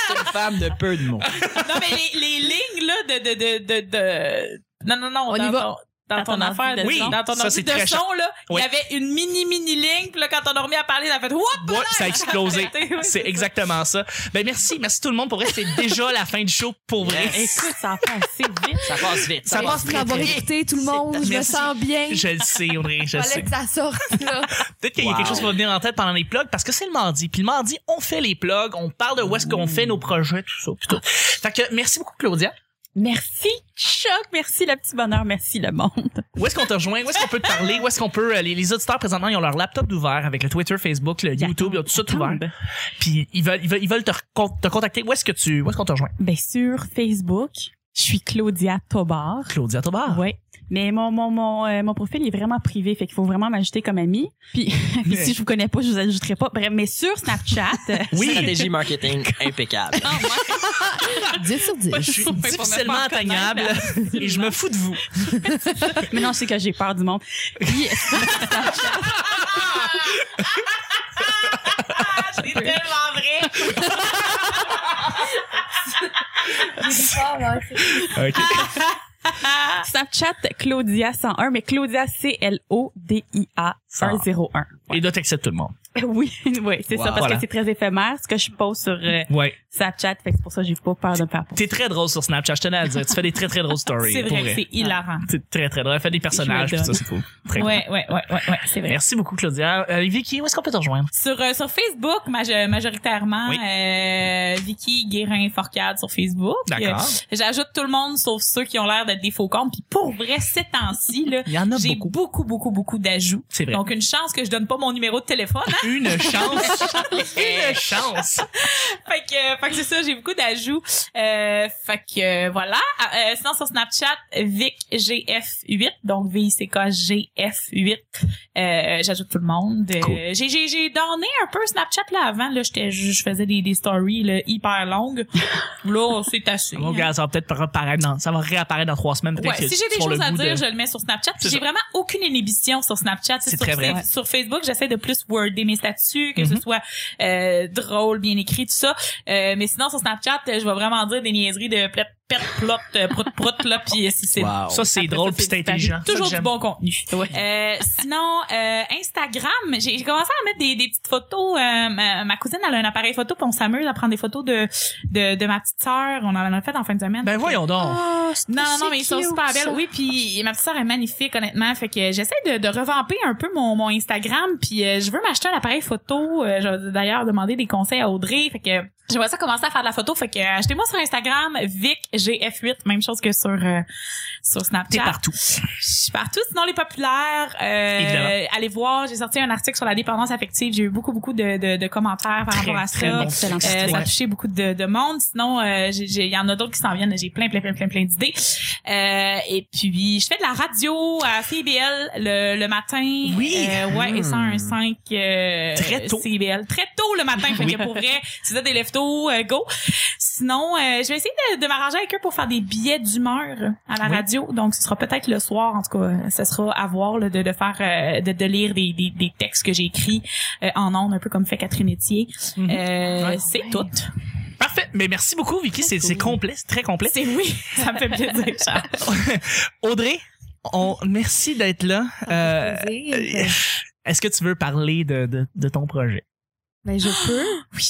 S4: (laughs) c'est une femme de peu de mots.
S2: Non, mais les, les lignes, là, de, de, de, de, de- Non, non, non.
S7: On y
S2: dans
S7: va.
S2: Ton... Dans
S7: Dans
S2: ton,
S7: ton
S2: affaire
S7: ordi
S2: de
S1: de
S2: son.
S1: son.
S2: dans ton
S1: Ça,
S2: ordi
S1: c'est
S2: de
S1: très
S2: son, là,
S1: Oui.
S2: il y avait une mini, mini ligne, puis là, quand on a remis à parler, elle a fait, whoop!
S1: Ouais, ça a explosé.
S2: (laughs) Ouais,
S1: C'est exactement ça. Ben merci, merci tout le monde. Pour vrai, c'est déjà la fin du show pour vrai.
S7: Écoute, ça a passé vite.
S4: Ça passe vite.
S1: Ça passe très
S3: d'avoir
S1: très
S3: écouté tout le monde. Je me
S1: Merci.
S3: sens bien.
S1: Je le sais, Audrey, je le
S3: Fallait
S1: sais.
S3: que ça sorte, là. (laughs)
S1: Peut-être qu'il y a
S4: Wow.
S1: quelque chose qui va venir en tête pendant les plugs parce que c'est le mardi. Puis le mardi, on fait les plugs, on parle de où est-ce qu'on fait nos projets, tout ça. puis tout. Fait que merci beaucoup, Claudia.
S7: Merci, choc. Merci, le petit bonheur. Merci, le monde.
S1: Où est-ce qu'on te rejoint? Où est-ce qu'on peut te parler? Où est-ce qu'on peut. euh, Les, les auditeurs, présentement, ils ont leur laptop d'ouvert avec le Twitter, Facebook, le YouTube, ils ont tout ça ouvert.
S7: Tombe.
S1: Puis ils veulent, ils veulent, ils veulent te, recon- te contacter. Où est-ce que tu. Où est-ce qu'on te rejoint?
S7: Bien sûr, Ben, Facebook. Je suis Claudia Tobar.
S1: Claudia Tobar.
S7: Ouais. Mais mon, mon, mon, euh, mon profil est vraiment privé, fait qu'il faut vraiment m'ajouter comme ami. Puis,
S1: (laughs) Ah,
S7: puis si je vous connais pas, je vous ajouterai pas. Bref, mais sur
S1: (laughs)
S7: Snapchat,
S1: Oui.
S4: Stratégie (laughs) marketing impeccable.
S3: 10 sur 10.
S1: Je suis
S2: Faut pas me
S1: difficilement
S2: faire connaître,
S1: atteignable et je me fous de vous.
S7: mais non, c'est que j'ai peur du monde. Puis,
S2: Ah, c'est tellement vrai.
S3: hein,
S1: Ah.
S7: Snapchat Claudia 101, mais Claudia C L O D I A 101.
S1: (laughs) Et là, t'acceptes tout le monde.
S7: Oui, oui, c'est
S4: Wow.
S7: ça, parce
S1: Voilà.
S7: que c'est très éphémère, ce que je pose sur euh,
S1: Ouais.
S7: Snapchat, fait que c'est pour ça que j'ai pas peur de me faire pour
S1: T'es très drôle sur Snapchat, je tenais à le dire. Tu fais des très très drôles stories.
S2: C'est
S1: pour
S2: vrai que c'est hilarant.
S1: C'est très très drôle. Elle fait des personnages,
S2: Je me
S1: puis ça c'est cool. Très cool.
S2: Ouais, ouais, ouais, ouais, ouais, c'est vrai.
S1: Merci beaucoup Claudia. Euh, Vicky, où est-ce qu'on peut te rejoindre?
S2: Sur, euh, sur Facebook, maje- majoritairement,
S1: Oui.
S2: euh, Vicky Guérin-Forcade sur Facebook.
S1: D'accord.
S2: Euh, J'ajoute tout le monde sauf ceux qui ont l'air d'être des faux comptes. Puis pour vrai, ces temps-ci, là,
S1: (laughs) Il y en a
S2: j'ai
S1: beaucoup.
S2: beaucoup, beaucoup, beaucoup d'ajouts.
S1: C'est vrai.
S2: Donc une chance que je donne pas mon numéro de téléphone. hein.
S1: Une chance.
S2: (laughs)
S1: Une chance.
S2: fait que, fait que c'est ça, j'ai beaucoup d'ajouts. Euh, fait que euh, voilà. Ah, euh, sinon sur Snapchat, VicGF8, donc V-I-C-K-G-F8. Euh, j'ajoute tout le monde. Euh,
S1: Cool.
S2: j'ai j'ai j'ai donné un peu Snapchat là avant là, j'étais je je faisais des, des stories là, hyper longues. là, c'est assez.
S1: Mon
S2: hein.
S1: gars, ça va peut-être réapparaître dans, ça va réapparaître dans trois semaines. peut-être
S2: Ouais,
S1: que
S2: si j'ai
S1: tu
S2: des
S1: auras
S2: choses
S1: le
S2: à
S1: goût
S2: dire,
S1: de-
S2: je le mets sur Snapchat. Puis
S1: C'est
S2: J'ai
S1: ça.
S2: vraiment aucune inhibition sur Snapchat.
S1: C'est
S2: sur,
S1: très vrai.
S2: Fa- sur Facebook, j'essaie de plus worder mes statuts, que
S1: Mhm.
S2: ce soit euh, drôle, bien écrit, tout ça. Euh, mais sinon, sur Snapchat, euh, je vais vraiment dire des niaiseries de plet, pet, plot, euh, prout, prout, là, puis euh, si c'est
S4: Wow.
S1: Ça c'est
S2: Après
S1: drôle
S2: ça,
S1: puis c'est
S2: disparu.
S1: intelligent. Ça,
S2: Toujours du
S1: j'aime.
S2: bon contenu. (laughs) Euh, sinon, euh, Instagram, j'ai j'ai commencé à mettre des, des petites photos. Euh, ma, ma cousine, elle a un appareil photo, puis on s'amuse à prendre des photos de, de, de ma petite sœur. On en a fait en fin de semaine.
S1: Ben voyons donc.
S7: Ah,
S2: Non, non, non, mais ils
S7: c'est
S2: sont
S7: cute,
S2: super
S7: ça.
S2: belles. Oui, puis ma petite sœur est magnifique, honnêtement. Fait que j'essaie de, de revamper un peu mon, mon Instagram. Puis euh, je veux m'acheter un appareil photo. Euh, je vais d'ailleurs demander des conseils à Audrey. Fait que j'aimerais ça commencer à faire de la photo. Fait que euh, achetez-moi sur Instagram, VicGF8. Même chose que sur, euh, sur
S1: T'es
S2: Snapchat.
S1: partout.
S2: Je suis partout. Sinon, les populaires, euh,
S1: Évidemment.
S2: allez voir. J'ai sorti un article sur la dépendance affective. J'ai eu beaucoup, beaucoup de, de, de commentaires par
S1: Très,
S2: rapport à ça.
S1: très bon.
S7: Excellent.
S2: Euh,
S1: Ouais.
S2: Ça a touché beaucoup de, de monde. Sinon, euh, j'ai- j'ai- il y en a d'autres qui s'en viennent. J'ai plein, plein, plein, plein, plein d'idées. Euh, et puis, je fais de la radio à CBL le, le matin.
S1: Oui. Hmm.
S2: Euh, ouais, et 101.5 euh,
S1: Très tôt.
S2: CBL. Très tôt le matin. Fait que pour vrai, si vous êtes des leftos, euh, go. Sinon, euh, je vais essayer de, de m'arranger avec eux pour faire des billets d'humeur à la
S1: Oui.
S2: radio. Donc, ce sera peut-être le soir. En tout cas, ce sera à voir là, de, de faire, euh, de, de lire des, des, des textes que j'ai écrits euh, en ondes, un peu comme fait Catherine Etier.
S1: Mhm.
S2: Euh,
S1: Ouais.
S2: c'est tout.
S1: Parfait. Mais merci beaucoup Vicky, c'est c'est complet, c'est très complet.
S2: C'est oui, (laughs) ça me fait plaisir. Charles.
S1: Audrey, on merci d'être là. Euh,
S3: plaisir.
S1: euh, Est-ce que tu veux parler de, de, de ton projet?
S3: Ben, je peux.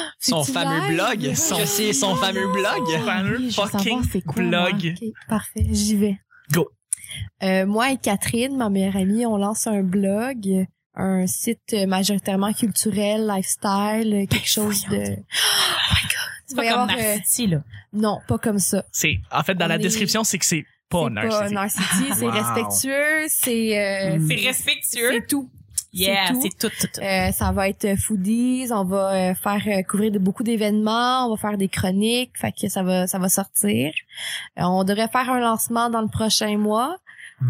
S3: (gasps)
S4: Son
S3: C'est-tu
S4: fameux
S3: live?
S4: blog. Son, c'est son fameux blog.
S3: Ah
S1: Fameux
S7: Oui, je veux
S1: fucking
S7: savoir c'est quoi, moi.
S1: blog.
S3: Ok, parfait, j'y vais.
S1: Go.
S3: Euh, moi et Catherine, ma meilleure amie, on lance un blog, un site majoritairement culturel, lifestyle, quelque chose de... (gasps) Oh my god!
S2: Ben, C'est pas comme Narcity, là.
S3: euh, Non, pas comme ça.
S1: C'est, en fait, dans
S3: On
S1: la
S3: est-
S1: description, c'est que c'est pas un
S3: c'est pas
S1: narcissique.
S3: narcissique, c'est
S4: Wow.
S3: respectueux, c'est... euh,
S2: C'est respectueux.
S3: c'est tout.
S2: Yeah,
S3: tout.
S2: c'est tout, tout, tout.
S3: Euh, ça va être foodies, on va euh, faire euh, couvrir de, beaucoup d'événements, on va faire des chroniques, fait que ça va ça va sortir. Euh, on devrait faire un lancement dans le prochain mois.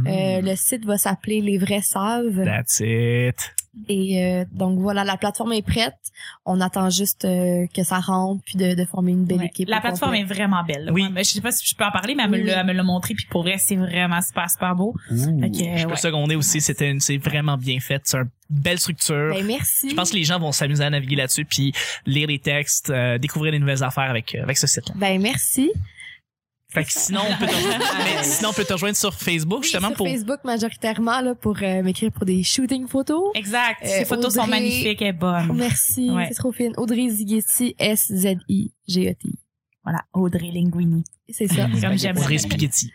S3: Euh,
S1: Hmm.
S3: le site va s'appeler Les Vrais Saves
S1: That's it.
S3: et euh, donc voilà la plateforme est prête. On attend juste euh, que ça rentre puis de, de former une belle
S2: Ouais.
S3: équipe.
S2: La
S3: au
S2: plateforme
S3: complet.
S2: est vraiment belle. là.
S1: Oui.
S2: Ouais, mais je sais pas si je peux en parler, mais elle me
S3: Oui.
S2: l'a- elle me l'a montré. Puis pour vrai, c'est vraiment super, super beau. Fait que,
S1: Je peux
S2: Eh ouais.
S1: seconder aussi, c'était une, c'est vraiment bien fait. C'est une belle structure.
S3: Ben, merci.
S1: Euh, Je pense que les gens vont s'amuser à naviguer là-dessus puis lire les textes, euh, découvrir des nouvelles affaires avec, euh, avec ce site-là.
S3: Ben merci.
S1: Fait que sinon, on
S2: (laughs)
S1: peut te rejoindre, mais sinon, on peut te rejoindre Euh, sur Facebook, justement,
S3: Oui, sur
S1: pour.
S3: Facebook majoritairement là pour euh, m'écrire pour des shooting photos.
S2: Exact.
S3: Euh,
S2: Ces photos sont
S3: Audrey-
S2: magnifiques et bonnes.
S3: Merci,
S2: Ouais.
S3: c'est trop fine. Audrey Zighetti, S Z I G E T.
S2: Voilà, Audrey Linguini. (laughs)
S3: C'est ça.
S2: Comme j'aime
S1: Audrey
S2: la-
S1: Spaghetti.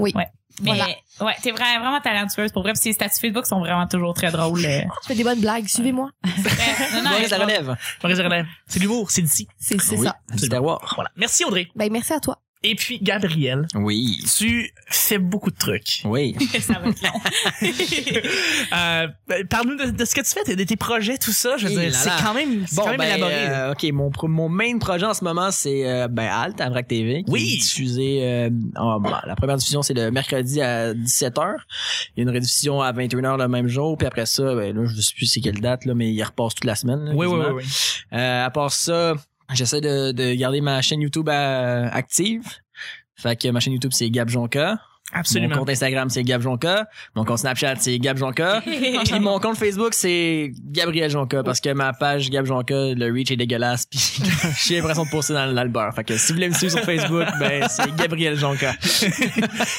S2: Mais
S3: Voilà.
S2: ouais, t'es vraiment, vraiment talentueuse. Pour vrai, puis ses statuts Facebook sont vraiment toujours très drôles. euh.
S3: Je fais des bonnes blagues, suivez-moi.
S2: (laughs) Ouais, non, non,
S4: Maurice
S2: elle-
S4: la relève.
S1: Maurice Arlem. C'est de l'humour, c'est d'ici.
S3: C'est c'est
S4: Oui,
S3: ça.
S4: C'est d'avoir.
S1: Voilà. Merci, Audrey.
S3: Ben merci à toi.
S1: Et puis, Gabriel,
S4: Oui.
S1: tu fais beaucoup de (laughs) trucs.
S4: Oui.
S2: ça va être long.
S1: Euh, ben, Parle-nous de, de ce que tu fais, de tes projets, tout ça. Je veux
S4: Et
S1: dire,
S4: là
S1: c'est
S4: là.
S1: quand même, c'est
S4: Bon,
S1: quand même
S4: ben,
S1: élaboré. là.
S4: euh, ok, mon, pro- mon main projet en ce moment, c'est euh, ben, Alt, Avrac TV. qui
S1: Oui.
S4: est Diffusé, euh, en- bon, la première diffusion, c'est le mercredi à 17h. Il y a une rediffusion à 21h le même jour. Puis après ça, ben, là, je sais plus c'est quelle date, là, mais il repasse toute la semaine. là,
S1: oui, oui,
S4: quasiment.
S1: oui, oui.
S4: Euh, à part ça, j'essaie de, de garder ma chaîne YouTube euh, active. Fait que ma chaîne YouTube, c'est Gab Jonca.
S1: Absolument.
S4: Mon compte Instagram, c'est Gab Jonca. Mon compte Snapchat, c'est Gab Jonca. Puis mon compte Facebook, c'est Gabriel Jonca parce que ma page Gab Jonca, le reach est dégueulasse. Puis (laughs) j'ai l'impression de poster dans l'albert. Fait que si vous voulez me suivre sur Facebook, ben c'est Gabriel Jonca.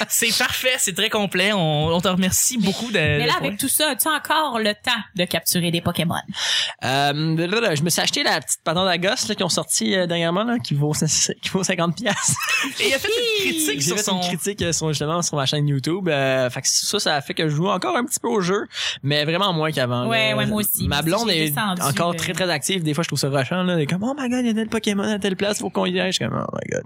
S1: C'est parfait, c'est très complet. On, on te remercie beaucoup de.
S2: Mais là,
S1: de-
S2: avec tout ça, as-tu encore le temps de capturer des Pokémon?
S4: Euh, là, là, je me suis acheté la petite patente à gosse là, qui ont sorti euh, dernièrement là, qui vaut qui vaut 50 pièces.
S1: Et il a fait une critique
S4: J'ai
S1: sur
S4: fait
S1: son.
S4: une critique euh, sur, justement sur ma chaîne YouTube. Euh, fait que ça, ça a fait que je joue encore un petit peu au jeu, mais vraiment moins qu'avant.
S2: Ouais,
S4: là.
S2: ouais, moi aussi. Moi
S4: Ma
S2: aussi,
S4: blonde
S2: j'ai
S4: est
S2: descendu,
S4: encore
S1: euh.
S2: là.
S4: très très active. Des fois, je trouve ça rushant. Là, Elle est comme oh my god, il y a tel Pokémon à telle place, faut qu'on y aille. Je suis comme oh
S1: (laughs)
S4: my god.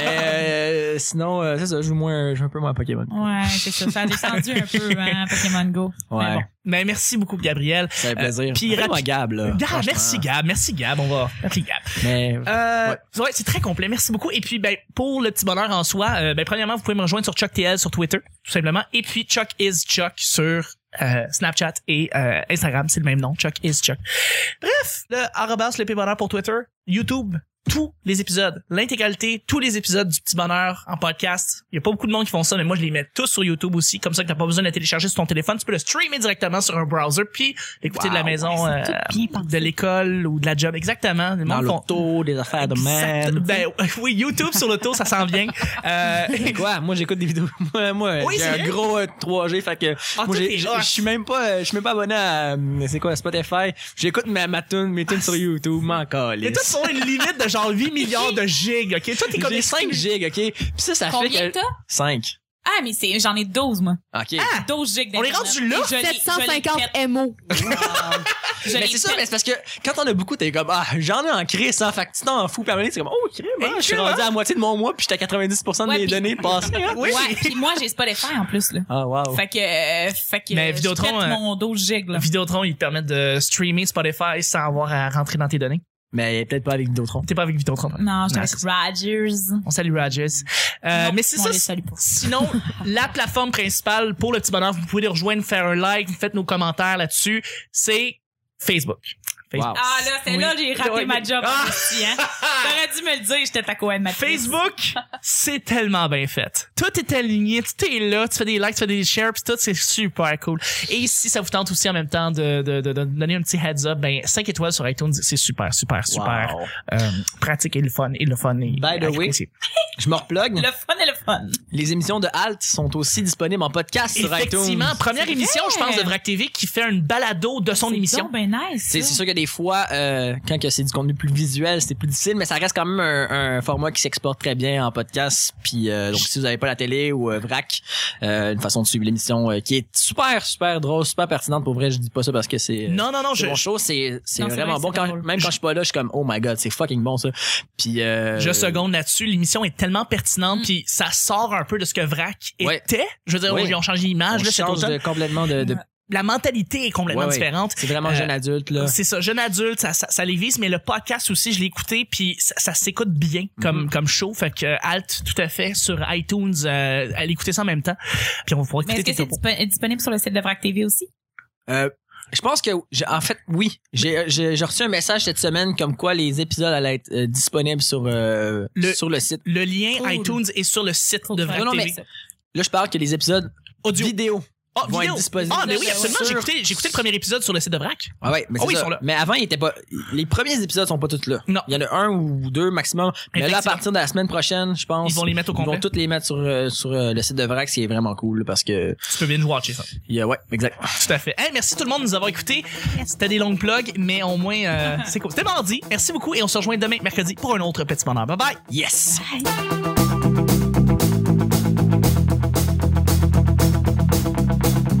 S4: mais euh, sinon, euh, c'est ça, je joue moins, je joue un peu moins à Pokémon.
S2: Ouais, c'est ça. Ça a descendu un peu, hein, Pokémon Go.
S4: Ouais,
S2: Mais bon.
S1: Mais Ben, merci beaucoup, Gabriel.
S4: ça fait plaisir.
S1: Euh, puis
S4: Vraiment
S1: rapi-
S4: Gab, là.
S1: Gab, merci Gab, merci Gab, on va. Merci Gab.
S4: Mais
S1: Euh, ouais, c'est très complet. Merci beaucoup. Et puis, ben, pour le petit bonheur en soi, euh, ben, premièrement, vous pouvez me rejoindre sur ChuckTL sur Twitter, tout simplement. Et puis, Chuck is Chuck sur euh, Snapchat et euh, Instagram, c'est le même nom. Chuck is Chuck. Bref, le arrobas, le petit bonheur pour Twitter, YouTube, tous les épisodes, l'intégralité, tous les épisodes du petit bonheur en podcast. Il y a pas beaucoup de monde qui font ça, mais moi, je les mets tous sur YouTube aussi. Comme ça, que t'as pas besoin de les télécharger sur ton téléphone. Tu peux le streamer directement sur un browser, puis l'écouter de la maison, euh, de l'école ou de la job. Exactement. Les
S4: dans
S1: mondes font-
S4: l'auto, des affaires de
S1: Exact.
S4: même.
S1: Ben (laughs) oui, YouTube sur l'auto, ça s'en vient. Euh,
S4: Quoi? Moi, j'écoute des vidéos. (laughs) Moi, moi
S1: Oui,
S4: j'ai
S1: c'est
S4: un
S1: vrai.
S4: gros euh, 3G, fait que
S1: Ah,
S4: moi,
S1: toi,
S4: j'ai-
S1: t'es
S4: je
S1: rock.
S4: je suis même pas, euh, je suis même pas abonné à, euh, c'est quoi, Spotify. J'écoute ma, ma tune, mes tunes sur YouTube, m'en
S1: mais
S4: calisse.
S1: toi, sur une limite de genre 8 milliards de gigs, ok? Toi, t'es comme
S4: J'ai 5 gigs, ok? Puis ça, ça
S2: Combien
S4: fait que...
S2: t'as?
S4: 5.
S2: Ah, mais c'est, j'en ai 12, moi.
S4: Ok.
S2: 12 gigs
S1: On est
S2: d'Internet.
S1: rendu là?
S2: Et je les- je les
S3: 750
S2: pète.
S3: MO.
S2: Je
S4: mais
S2: les
S4: c'est ça,
S2: pète.
S4: mais c'est parce que quand t'en as beaucoup, t'es comme, ah, j'en ai en crise, hein. Fait que tu t'en fous, puis à un moment donné, c'est comme, oh, crime, hein,
S1: Hey,
S4: je suis
S1: crime,
S4: rendu à la moitié de mon mois, puis j'étais à 90% de
S2: Ouais,
S4: mes
S2: puis-
S4: données passées. hein.
S1: Oui. Oh.
S2: Ouais, puis moi, j'ai Spotify en plus, là.
S4: Ah, wow.
S2: Fait que, euh, fait que,
S1: Mais
S2: euh,
S1: Vidéotron,
S2: je pète
S1: euh,
S2: mon 12 gigs, là.
S1: Vidéotron, ils te permettent de streamer Spotify sans avoir à rentrer dans tes données.
S4: Mais elle est peut-être pas avec d'autres.
S1: T'es pas avec Vidéotron. toi.
S2: Non, je suis avec
S1: c'est-
S2: Rogers.
S1: On salue Rogers. Euh,
S2: Non,
S1: mais c'est
S2: on
S1: ça.
S2: les salue pas.
S1: Sinon,
S2: (laughs)
S1: la plateforme principale pour le petit bonheur, vous pouvez les rejoindre, faire un like, vous faites nos commentaires là-dessus, c'est Facebook. Facebook.
S2: Ah là, c'est
S1: Oui.
S2: là que j'ai raté
S1: Ouais.
S2: ma job
S1: Ah!
S2: aussi, hein. (laughs) T'aurais dû me le dire, j'étais ta co-animatrice.
S1: Facebook, c'est tellement bien fait. Tout est aligné, tout est là, tu fais des likes, tu fais des shares, puis tout, c'est super cool. Et si ça vous tente aussi en même temps de, de, de, de donner un petit heads up, ben 5 étoiles sur iTunes, c'est super, super, super
S4: Wow.
S1: euh, pratique et le fun, et le fun. Et,
S4: By the way,
S1: apprécié.
S4: Je me replug.
S2: Le fun et le fun.
S4: Les émissions de Halt sont aussi disponibles en podcast sur iTunes.
S1: effectivement, première
S2: C'est
S1: émission, je
S2: vrai.
S1: pense, de Vrac TV qui fait une balado de son
S2: C'est
S1: émission.
S2: donc ben nice.
S4: C'est c'est
S2: ça.
S4: sûr que des fois, euh, quand que c'est du contenu plus visuel, c'est plus difficile, mais ça reste quand même un, un format qui s'exporte très bien en podcast. Puis euh, donc si vous n'avez pas la télé ou euh, vrac, euh, une façon de suivre l'émission euh, qui est super super drôle, super pertinente. Pour vrai, je dis pas ça parce que c'est euh,
S1: Non, non, non,
S4: c'est
S1: je,
S4: mon show, c'est c'est
S2: Non, c'est
S4: vraiment
S2: vrai,
S4: bon.
S2: c'est
S4: Quand-
S2: drôle.
S4: même quand je suis pas là, je suis comme oh my god, c'est fucking bon ça. Puis euh, Mm.
S1: je seconde là-dessus. L'émission est tellement pertinente, puis ça sort un peu de ce que Vrac
S4: Ouais.
S1: était. Je veux dire,
S4: Oui.
S1: ils ont changé
S4: on
S1: l'image, Ah, là, cet
S4: change
S1: automne.
S4: de- complètement de, de-
S1: La mentalité est complètement
S4: Ouais, ouais.
S1: différente.
S4: c'est vraiment
S1: Euh,
S4: jeune adulte là.
S1: C'est ça, jeune adulte, ça, ça, ça les vise, mais le podcast aussi, je l'ai écouté, puis ça, ça s'écoute bien comme comme show. Fait que euh, Alt, tout à fait, sur iTunes, euh, allez écouter ça en même temps. Puis on va pouvoir
S2: Mais
S1: écouter
S2: est-ce que
S1: tes
S2: c'est
S1: propos.
S2: dispo- disponible sur le site de Vrac TV aussi?
S4: Euh, je pense que, j'ai- en fait, oui. J'ai j'ai- j'ai reçu un message cette semaine comme quoi les épisodes allaient être euh, disponibles sur, euh,
S1: Le-
S4: sur le site.
S1: Le lien
S2: Cool.
S1: iTunes est sur le site
S2: Cool.
S1: de Vrac
S4: Non, non, mais-
S1: TV.
S4: Là, je parle que les épisodes
S1: Audio.
S4: vidéo
S1: Ah,
S4: vont
S1: vidéo.
S4: être disponibles.
S1: Ah, mais oui,
S2: Sur-
S1: absolument. J'ai écouté, j'ai écouté le premier épisode sur le site de Vrac.
S4: Ah ouais, mais,
S1: Ah
S4: c'est
S1: oui,
S4: ça.
S1: ils sont là.
S4: mais avant, ils étaient pas. Les premiers épisodes sont pas tous là.
S1: Non.
S4: Il y en a un ou deux maximum. Mais là, à
S1: Effectivement.
S4: partir de la semaine prochaine, je pense.
S1: Ils vont les mettre au
S4: ils vont
S1: complet.
S4: toutes les mettre sur, euh, sur euh, le site de Vrac, ce qui est vraiment cool parce que.
S1: Tu peux bien watcher ça.
S4: il y a- ouais, exact.
S1: Tout à fait. Hey, merci tout le monde de nous avoir écoutés. C'était des longues plugs, mais au moins, euh, c'est cool. C'était mardi. Merci beaucoup et on se rejoint demain, mercredi, pour un autre petit bonheur. Bye bye.
S4: Yes!
S9: Stand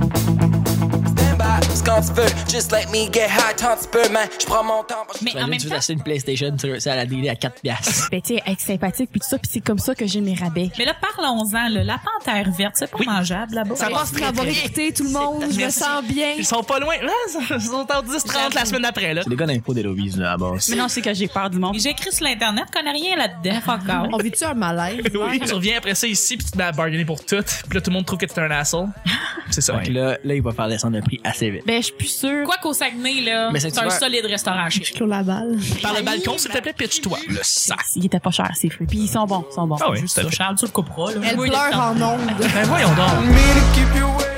S9: by, c'est quand tu veux. Just let me get high, tant tu peux, man. J'prends mon temps. parce que
S2: Mais en
S4: Imagine,
S2: même
S4: tu veux
S2: temps,
S4: acheter une PlayStation, tu ça à la délai à 4 piastres. (laughs)
S7: Ben, tu sais, être sympathique, puis tout ça, puis c'est comme ça que j'ai mes rabais.
S2: mais là, parlons-en, là. La panthère verte, c'est pas mangeable, là-bas.
S1: Ça passe
S3: Après
S1: très,
S3: avoir
S1: très
S3: écouté tout le monde, je me
S1: Merci.
S3: sens bien.
S1: Ils sont pas loin. Là, ils sont en 10-30 la semaine d'après. Là.
S4: C'est les gars d'impro des Lovies, là, à base.
S7: Mais non, c'est que j'ai peur du monde.
S2: J'écris sur l'Internet, connais rien là-dedans, fuck (laughs)
S3: On
S2: off.
S3: vit-tu un malaise?
S1: Tu reviens après ça ici, puis tu te mets à bargainer pour tout. Puis là, tout le monde trouve que t'es un asshole. C'est ça.
S4: Fait que là, là, il va faire descendre le prix assez vite.
S7: Ben, je suis plus sûre.
S2: Quoi qu'au Saguenay, là,
S4: Mais
S2: c'est
S4: c'est
S2: un
S4: ouvert.
S2: solide restaurant chez
S3: Clos la balle.
S1: Par le balcon, s'il te plaît, pitch-toi. Le sac.
S7: Il était pas cher, ces fruits. Puis ils sont bons, ils sont bons.
S1: Ah oui,
S2: Juste ça, Ah Charles, tu le couperas, là.
S3: Elle
S2: Oui, le
S3: pleure
S2: temps.
S3: en
S10: monde.
S11: Ben voyons donc.
S1: me to keep you waiting.